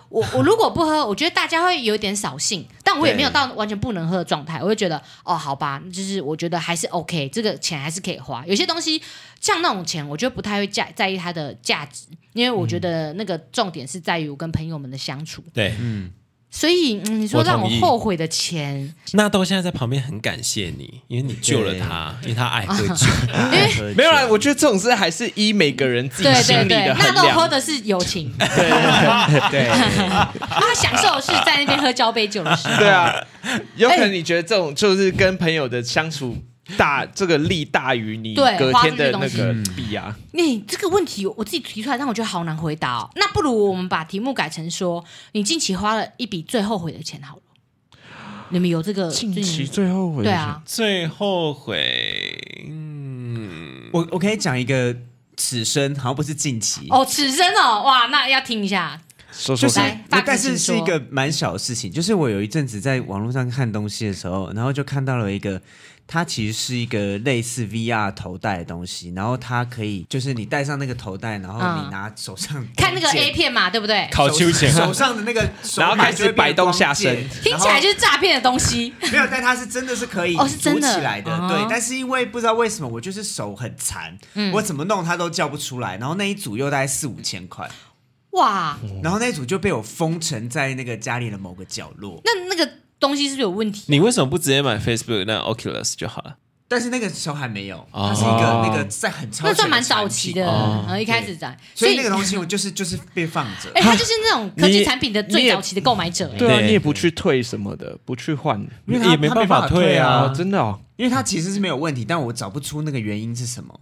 Speaker 2: 我我如果不喝，我觉得大家会有点扫兴，但我也
Speaker 3: 对
Speaker 2: 没有到完全不能喝的状态，我会觉得哦，好吧，就是我觉得还是 OK，这个钱还是可以花。有些东西像那种钱，我觉得不太会在在意它的价值，因为我
Speaker 4: 嗯
Speaker 2: 觉得那个重点是在于我跟朋友们的相处。
Speaker 5: 对，
Speaker 2: 所以、嗯、你说
Speaker 5: 我同
Speaker 2: 让我
Speaker 5: 意
Speaker 2: 后悔的钱，
Speaker 5: 纳豆现在在旁边很感谢你，因为你救了他，因为他爱喝酒。
Speaker 4: 没有啦，我觉得这种事还是依每个人自己
Speaker 2: 对
Speaker 4: 心
Speaker 2: 对
Speaker 4: 里
Speaker 2: 对
Speaker 4: 的，
Speaker 2: 纳
Speaker 4: 衡
Speaker 2: 豆喝
Speaker 4: 量。
Speaker 2: 的是友情，
Speaker 3: 对，
Speaker 2: 他享受的是在那边喝交杯酒的时候。
Speaker 4: 对啊，有可能你觉得这种就是跟朋友的相处大，这个利大于你
Speaker 2: 对
Speaker 4: 隔天的
Speaker 2: 花
Speaker 4: 那
Speaker 2: 这些
Speaker 4: 个弊啊。
Speaker 2: 你、哎这个问题我自己提出来，让我觉得好难回答哦。那不如我们把题目改成说，你近期花了一笔最后悔的钱好了。你们有这个
Speaker 4: 近
Speaker 2: 最
Speaker 4: 期最后悔
Speaker 2: 对啊，
Speaker 5: 最后悔，
Speaker 3: 我我可以讲一个此生，好像不是近期
Speaker 2: 哦，此生哦，哇，那要听一下，
Speaker 4: 说
Speaker 3: 就
Speaker 4: 说
Speaker 3: 是
Speaker 4: 看，
Speaker 2: 来发个
Speaker 3: 但
Speaker 2: 请
Speaker 3: 是是一
Speaker 2: 说
Speaker 3: 个蛮小的事情，就是我有一阵子在网络上看东西的时候，然后就看到了一个，它其实是一个类似 VR 头戴的东西，然后它可以就是你戴上那个头戴，然后
Speaker 2: 嗯
Speaker 3: 你拿手上
Speaker 2: 看那个
Speaker 3: 弓箭
Speaker 2: A 片嘛，对不对？
Speaker 6: 考秋千，
Speaker 3: 手上的那个，
Speaker 4: 然后开始摆动下身
Speaker 3: 身，
Speaker 2: 听起来就是诈骗的东西。
Speaker 3: 没有，但它是真的是可以
Speaker 2: 哦是真的
Speaker 3: 组起来的，
Speaker 2: 哦嗯
Speaker 3: 对。但是因为不知道为什么，我就是手很残，我怎么弄它都叫不出来。然后那一组又大概四五千块，
Speaker 2: 哇，
Speaker 3: 然后那一组就被我封存在那个家里的某个角落。
Speaker 2: 那那个东西是不是有问题？
Speaker 5: 你为什么不直接买 Facebook 那 Oculus 就好了？
Speaker 3: 但是那个时候还没有，它是一个、那个在很超
Speaker 2: 那
Speaker 3: 前的
Speaker 2: 算蛮
Speaker 3: 产
Speaker 2: 早
Speaker 3: 品
Speaker 2: 期的，，然后一开始在，
Speaker 3: 所以那个东西我就是就是被放着。
Speaker 2: 哎，他就是那种科技
Speaker 4: 你
Speaker 2: 产品的最早期的购买者，哎
Speaker 4: 对啊，
Speaker 5: 对
Speaker 4: 你也不去退什么的，不去换
Speaker 3: 因为它
Speaker 6: 也没
Speaker 3: 它没
Speaker 6: 办
Speaker 3: 办
Speaker 6: 法
Speaker 3: 法
Speaker 6: 退
Speaker 4: 哦
Speaker 6: 啊，，
Speaker 4: 真的哦，
Speaker 3: 因为它其实是没有问题，但我找不出那个原因是什么。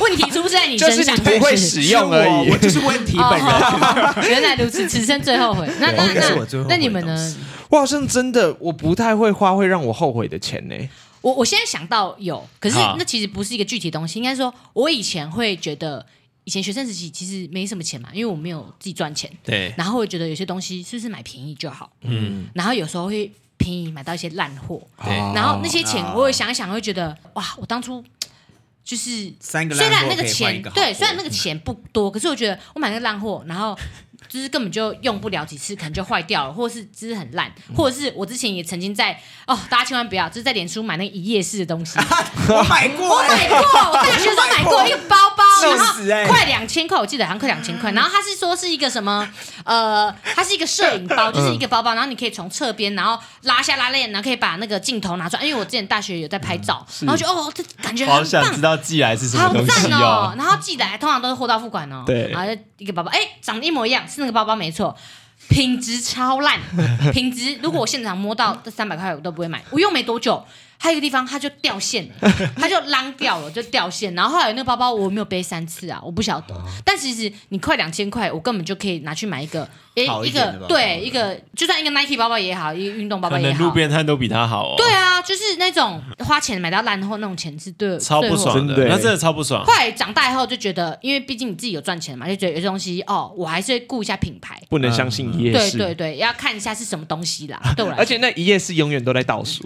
Speaker 2: 问题出在你
Speaker 4: 就
Speaker 2: 身
Speaker 4: 是
Speaker 2: 上，
Speaker 4: 你不会使用而
Speaker 3: 是我
Speaker 4: 已
Speaker 3: 我。就是问题本人。
Speaker 2: 哦， 原来如此，此生最后悔。那那
Speaker 3: 对这是我最
Speaker 2: 那
Speaker 3: 后悔
Speaker 2: 那
Speaker 3: 的
Speaker 2: 你们
Speaker 3: 东
Speaker 2: 呢
Speaker 3: 西？
Speaker 4: 我好像真的我不太会花会让我后悔的钱呢、
Speaker 2: 我我现在想到有，可是
Speaker 5: 好
Speaker 2: 那其实不是一个具体的东西，应该说，我以前会觉得，以前学生时期其实没什么钱嘛，因为我没有自己赚钱，
Speaker 5: 对，
Speaker 2: 然后会觉得有些东西是不是买便宜就好，嗯，然后有时候会便宜买到一些烂货，
Speaker 5: 对
Speaker 2: 然后那些钱我有想一想会觉得，哇，我当初就是
Speaker 3: 三个
Speaker 2: 虽
Speaker 3: 烂货
Speaker 2: 然那
Speaker 3: 可以
Speaker 2: 个
Speaker 3: 换
Speaker 2: 钱
Speaker 3: 一个好货
Speaker 2: 对，虽然那个钱不多，可是我觉得我买那个烂货，然后就是根本就用不了几次，可能就坏掉了，或者是就是很烂，或者是我之前也曾经在哦，大家千万不要，就是在脸书买那个一夜式的东西，
Speaker 3: 我买过
Speaker 2: 哦我
Speaker 3: 欸，
Speaker 2: 买过，我大学时候买过一个包包，然
Speaker 3: 气死欸
Speaker 2: 后快两千块，我记得好像快两千块。然后他是说是一个什么，呃，它是一个摄影包，就是一个包包，然后你可以从侧边，然后拉下拉链，然后可以把那个镜头拿出来。因为我之前大学有在拍照，然后就哦，这感觉
Speaker 6: 我好
Speaker 2: 很
Speaker 6: 想知
Speaker 2: 棒。
Speaker 6: 道寄来是什么
Speaker 2: 好
Speaker 6: 东西
Speaker 2: 赞哦
Speaker 6: 哦！。
Speaker 2: 然后寄来通常都是货到付款哦，
Speaker 6: 对
Speaker 2: 然后就一个包包，哎，长得一模一样，是那个包包没错，品质 超烂，品质如果我现场摸到这三百块我都不会买，我用没多久，还有一个地方它就掉线 了，它就啷掉了，就掉线。然后后来那个包包我有没有背三次啊，我不晓得。
Speaker 6: 哦
Speaker 2: 但其实你快两千块，我根本就可以拿去买一个，诶、
Speaker 3: 好一
Speaker 2: 一
Speaker 3: 点的
Speaker 2: 个
Speaker 3: 包包
Speaker 2: 对一个，就算一个 Nike 包包也好，一个运动包包
Speaker 6: 可
Speaker 2: 也
Speaker 6: 能路
Speaker 2: 好。
Speaker 6: 边摊都比它好哦，
Speaker 2: 对啊，就是那种花钱买到烂货那种钱是对，
Speaker 6: 超
Speaker 2: 最
Speaker 6: 不
Speaker 2: 后
Speaker 6: 爽的
Speaker 7: 真，的
Speaker 6: 那真的超不爽。
Speaker 2: 后来长大以后就觉得，因为毕竟你自己有赚钱嘛，就觉得有些东西哦，我还是会顾一下品牌。
Speaker 4: 不能相信一夜
Speaker 2: 对
Speaker 4: 市，
Speaker 2: 对对，要看一下是什么东西 啦。对我来说，
Speaker 4: 而且那一夜市永远都在 倒数，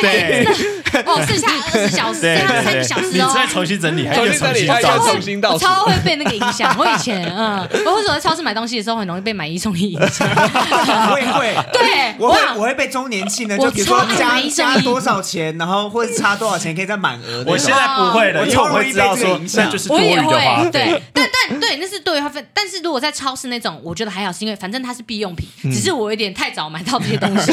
Speaker 2: 对， 哦，剩下二十小时，剩下三个小时
Speaker 6: 你再
Speaker 2: 哦。
Speaker 6: 重新整理，还
Speaker 4: 重
Speaker 6: 有
Speaker 4: 新整
Speaker 6: 重
Speaker 4: 理
Speaker 6: 新
Speaker 4: 还
Speaker 6: 找
Speaker 4: 有
Speaker 6: 出
Speaker 4: 重新倒
Speaker 2: 我
Speaker 4: 数。
Speaker 2: 超会被那个影响，我以前嗯，我或者在超市买东西的时候，很容易被买一送一影响。
Speaker 3: 哎我也 会，
Speaker 2: 对
Speaker 3: 我
Speaker 2: 哇
Speaker 3: 会我会被周年庆的，
Speaker 2: 我
Speaker 3: 就比如说
Speaker 2: 超爱
Speaker 3: 加
Speaker 2: 买一送一
Speaker 3: 加多少钱，然后或者差多少钱可以再满额那种。
Speaker 6: 我现在不会
Speaker 3: 我
Speaker 6: 了，因为
Speaker 3: 超
Speaker 6: 我
Speaker 3: 容易
Speaker 6: 会知道
Speaker 3: 被这个
Speaker 6: 说
Speaker 3: 影响
Speaker 6: 那就是多
Speaker 2: 我
Speaker 6: 余
Speaker 2: 也
Speaker 6: 的花
Speaker 2: 会
Speaker 6: 费。
Speaker 2: 对，但但对，那是对花费。但是如果在超市那种，我觉得还好，是因为反正它是必用品，
Speaker 6: 嗯
Speaker 2: 只是我有点太早买到这些东 西。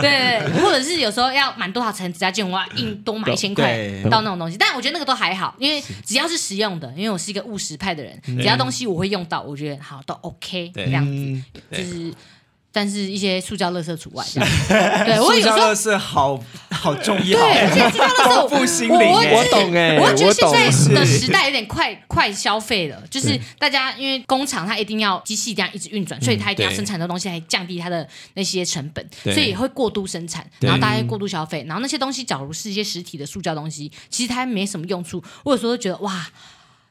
Speaker 2: 对对，对或者是有时候要满多少层指甲卷，我要硬多买一千块
Speaker 3: 对
Speaker 2: 到那种东西。但我觉得那个都还好，因为只要是实用的，因为我是一个务实派的人，
Speaker 6: 嗯
Speaker 2: 只要东西我会用到，我觉得好都 OK 这
Speaker 5: 对
Speaker 2: 样子，
Speaker 4: 嗯，
Speaker 2: 就是。但是一些塑胶垃圾除外，这样子对我
Speaker 3: 塑
Speaker 2: 有时
Speaker 3: 胶
Speaker 2: 候
Speaker 3: 垃圾好好重
Speaker 2: 对，
Speaker 3: 要，
Speaker 2: 而且知道的是我，
Speaker 3: 丰富心
Speaker 2: 我
Speaker 3: 灵
Speaker 2: 我
Speaker 3: 欸
Speaker 4: 我懂欸
Speaker 2: 我觉得
Speaker 4: 我
Speaker 2: 现
Speaker 4: 懂
Speaker 2: 在的时代有点快快消费了，就是大家因为工厂它一定要机器一定要一直运转，所以它一定要
Speaker 5: 对
Speaker 2: 生产很多东西来降低它的那些成本，所
Speaker 5: 对
Speaker 2: 以也会过度生产，然后大家会过度消费，然后那些东西假如是一些实体的塑胶东西，其实它没什么用处，我有时候觉得哇。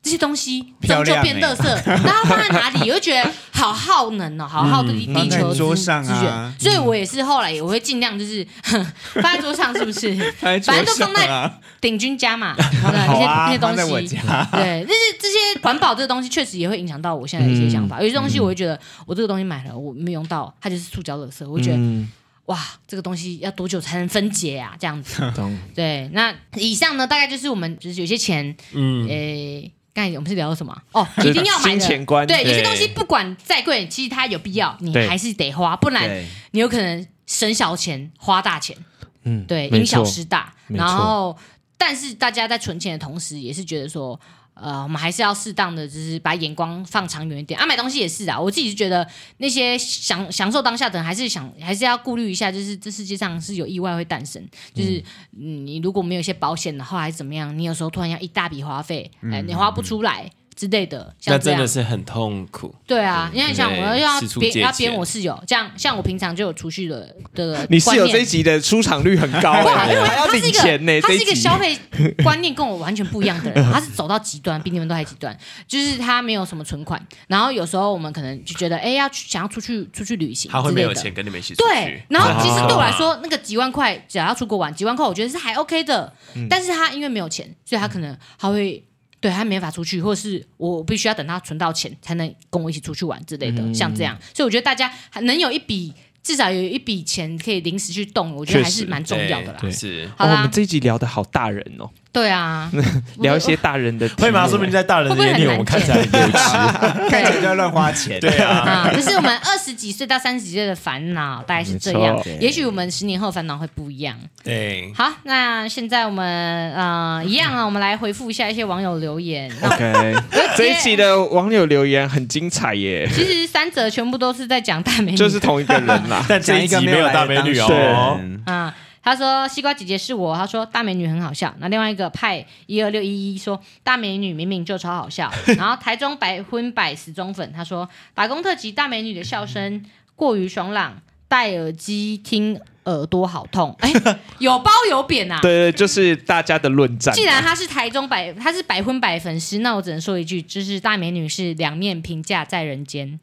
Speaker 2: 这些东西终究变垃圾，然后放在哪里，我就觉得好耗能哦，好耗地地
Speaker 3: 放在
Speaker 2: 球
Speaker 3: 桌
Speaker 2: 资
Speaker 3: 上
Speaker 2: 资源
Speaker 3: 啊
Speaker 2: 所以我也是后来也会尽量就是哼 放在桌上，是不是？
Speaker 3: 哎
Speaker 2: 反正都放在
Speaker 3: 桌上啊
Speaker 2: 鼎钧家嘛，好的那
Speaker 3: 好
Speaker 2: 些
Speaker 3: 啊
Speaker 2: 那些
Speaker 3: 放在我
Speaker 2: 东西
Speaker 3: 家，
Speaker 2: 对，但是这些环保这个东西确实也会影响到我现在的一些想法。有些东西我会觉得，我这个东西买了我没用到，它就是塑胶垃圾，我会觉得。哇，这个东西要多久才能分解啊？这样子，
Speaker 4: 懂
Speaker 2: 对。那以上呢，大概就是我们就是有些钱，嗯，诶，刚才我们是聊到什么？哦，一定要买的
Speaker 4: 金钱观
Speaker 2: 对，有些
Speaker 5: 对
Speaker 2: 东西不管再贵，其实它有必要，你
Speaker 4: 对
Speaker 2: 还是得花，不然
Speaker 3: 对
Speaker 2: 你有可能省小钱花大钱。
Speaker 4: 嗯
Speaker 2: 对，
Speaker 4: 没
Speaker 2: 因小
Speaker 4: 错，
Speaker 2: 失大。
Speaker 4: 没
Speaker 2: 然
Speaker 4: 错
Speaker 2: 后，但是大家在存钱的同时，也是觉得说，呃，我们还是要适当的，就是把眼光放长远一点啊。买东西也是啊，我自己是觉得那些享享受当下的人，还是想还是要顾虑一下，就是这世界上是有意外会诞生，就是、嗯你如果没有一些保险的话，还是怎么样，你有时候突然要一大笔花费，哎、你花不出来。之类的，
Speaker 6: 那
Speaker 2: 像这
Speaker 6: 真
Speaker 2: 样
Speaker 6: 的是很痛苦。
Speaker 2: 对啊，你看像
Speaker 6: 对
Speaker 2: 我要要
Speaker 6: 四处
Speaker 2: 编
Speaker 6: 借
Speaker 2: 要编
Speaker 6: 钱
Speaker 2: 我室友，这样像我平常就有储蓄的的
Speaker 4: 你室友
Speaker 2: 观念
Speaker 4: 这一集的出场率很高、
Speaker 2: 不好，因
Speaker 4: 欸，
Speaker 2: 为
Speaker 4: 还要
Speaker 2: 啊他是
Speaker 4: 领
Speaker 2: 一
Speaker 4: 钱
Speaker 2: 个，
Speaker 4: 呢、
Speaker 2: 他
Speaker 4: 这
Speaker 2: 是
Speaker 4: 一
Speaker 2: 一个
Speaker 4: 集
Speaker 2: 消费观念跟我完全不一样的人，他是走到极端，比你们都还极端。就是他没有什么存款，然后有时候我们可能就觉得，哎，要去想要出去出去旅行
Speaker 6: 他会
Speaker 2: 之
Speaker 6: 没
Speaker 2: 类
Speaker 6: 有
Speaker 2: 的。
Speaker 6: 钱跟你们一起出
Speaker 2: 对
Speaker 6: 去，，哦
Speaker 2: 然后其实对我来说，那个几万块只要出国玩，几万块我觉得是还 OK 的。
Speaker 6: 嗯
Speaker 2: 但是他因为没有钱，所以他可能他会对他没法出去，或者是我必须要等他存到钱才能跟我一起出去玩之类
Speaker 6: 嗯
Speaker 2: 的，像这样。所以我觉得大家还能有一笔。至少有一笔钱可以临时去动，我觉得还是蛮重要的啦。
Speaker 6: 对是
Speaker 2: 好
Speaker 4: 哦我
Speaker 2: 啦
Speaker 4: 们，这一集聊的好大人哦，
Speaker 2: 对啊，
Speaker 4: 聊一些大人的
Speaker 6: 会吗？
Speaker 4: 题目
Speaker 6: 说不定在大人的眼里，我
Speaker 2: 会不
Speaker 6: 们
Speaker 2: 会很
Speaker 6: 看
Speaker 2: 难
Speaker 6: 起
Speaker 2: 见
Speaker 6: 来很幼稚。
Speaker 3: 看起来就要乱花钱。对啊，
Speaker 2: 啊，就是我们二十几岁到三十几岁的烦恼，大概是这
Speaker 4: 没
Speaker 2: 样
Speaker 4: 错。
Speaker 2: 也许我们十年后烦恼会不一样。
Speaker 6: 对，
Speaker 2: 好，那现在我们呃一样啊，我们来回复一下一些网友留言。那
Speaker 4: OK，这 一期的网友留言很精 彩耶，
Speaker 2: 其实三者全部都是在讲大美女，
Speaker 4: 就是同一个人 啦。
Speaker 6: 但这一集没有大美女哦。
Speaker 2: 啊。他说：“西瓜姐姐是我。”他说：“大美女很好笑。”那另外一个派一二六一一说：“大美女明明就超好 笑。”然后台中百分百死忠粉他说：“打工特辑大美女的笑声过于爽朗，戴耳机听耳朵好痛。” 哎，有褒有贬啊。
Speaker 4: 对对，就是大家的论战。
Speaker 2: 既然他是台中百，他是百分百粉丝，那我只能说一句，就是大美女是两面评价在人间。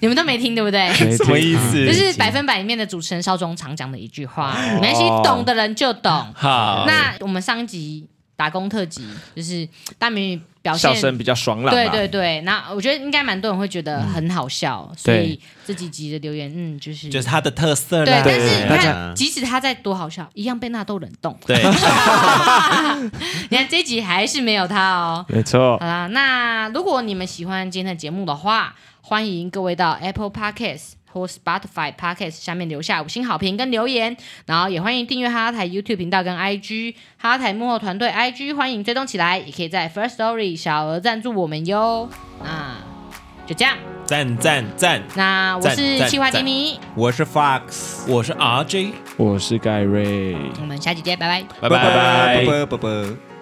Speaker 2: 你们都没听对不对？
Speaker 6: 什么意思？
Speaker 2: 就是百分百里面的主持人邵忠常讲的一句话，没关系
Speaker 4: 哦，
Speaker 2: 懂的人就懂。
Speaker 5: 哦
Speaker 6: 好，
Speaker 2: 那我们上一集打工特辑就是大美女表现
Speaker 4: 笑，声比较爽朗、啊，
Speaker 2: 对对对，那我觉得应该蛮多人会觉得很好笑，所以这几集的留言，嗯，就是
Speaker 6: 就是他的特色
Speaker 2: 对，
Speaker 6: 啦。
Speaker 2: 但是你
Speaker 4: 大
Speaker 2: 看，即使他再多好笑，一样被纳豆冷冻。
Speaker 6: 对，
Speaker 2: 你看这一集还是没有他哦。
Speaker 4: 没错。
Speaker 2: 好啦，那如果你们喜欢今天的节目的话，欢迎各位到 Apple Podcast。或 Spotify Podcast 下面留下五星好评跟留言，然后也欢迎订阅哈哈台 YouTube 频道跟 IG 哈哈台幕后团队 IG，欢迎追踪起来，也可以在 First Story 小额赞助我们哟。那就这样，
Speaker 6: 赞赞赞！
Speaker 2: 那我是
Speaker 6: 赞赞
Speaker 2: 气化迪
Speaker 6: 赞
Speaker 2: 尼，
Speaker 3: 我是 Fox，
Speaker 6: 我是 RJ，
Speaker 4: 我是盖瑞。
Speaker 2: 我们下期见，拜拜。
Speaker 6: 拜拜。
Speaker 3: 拜拜拜拜。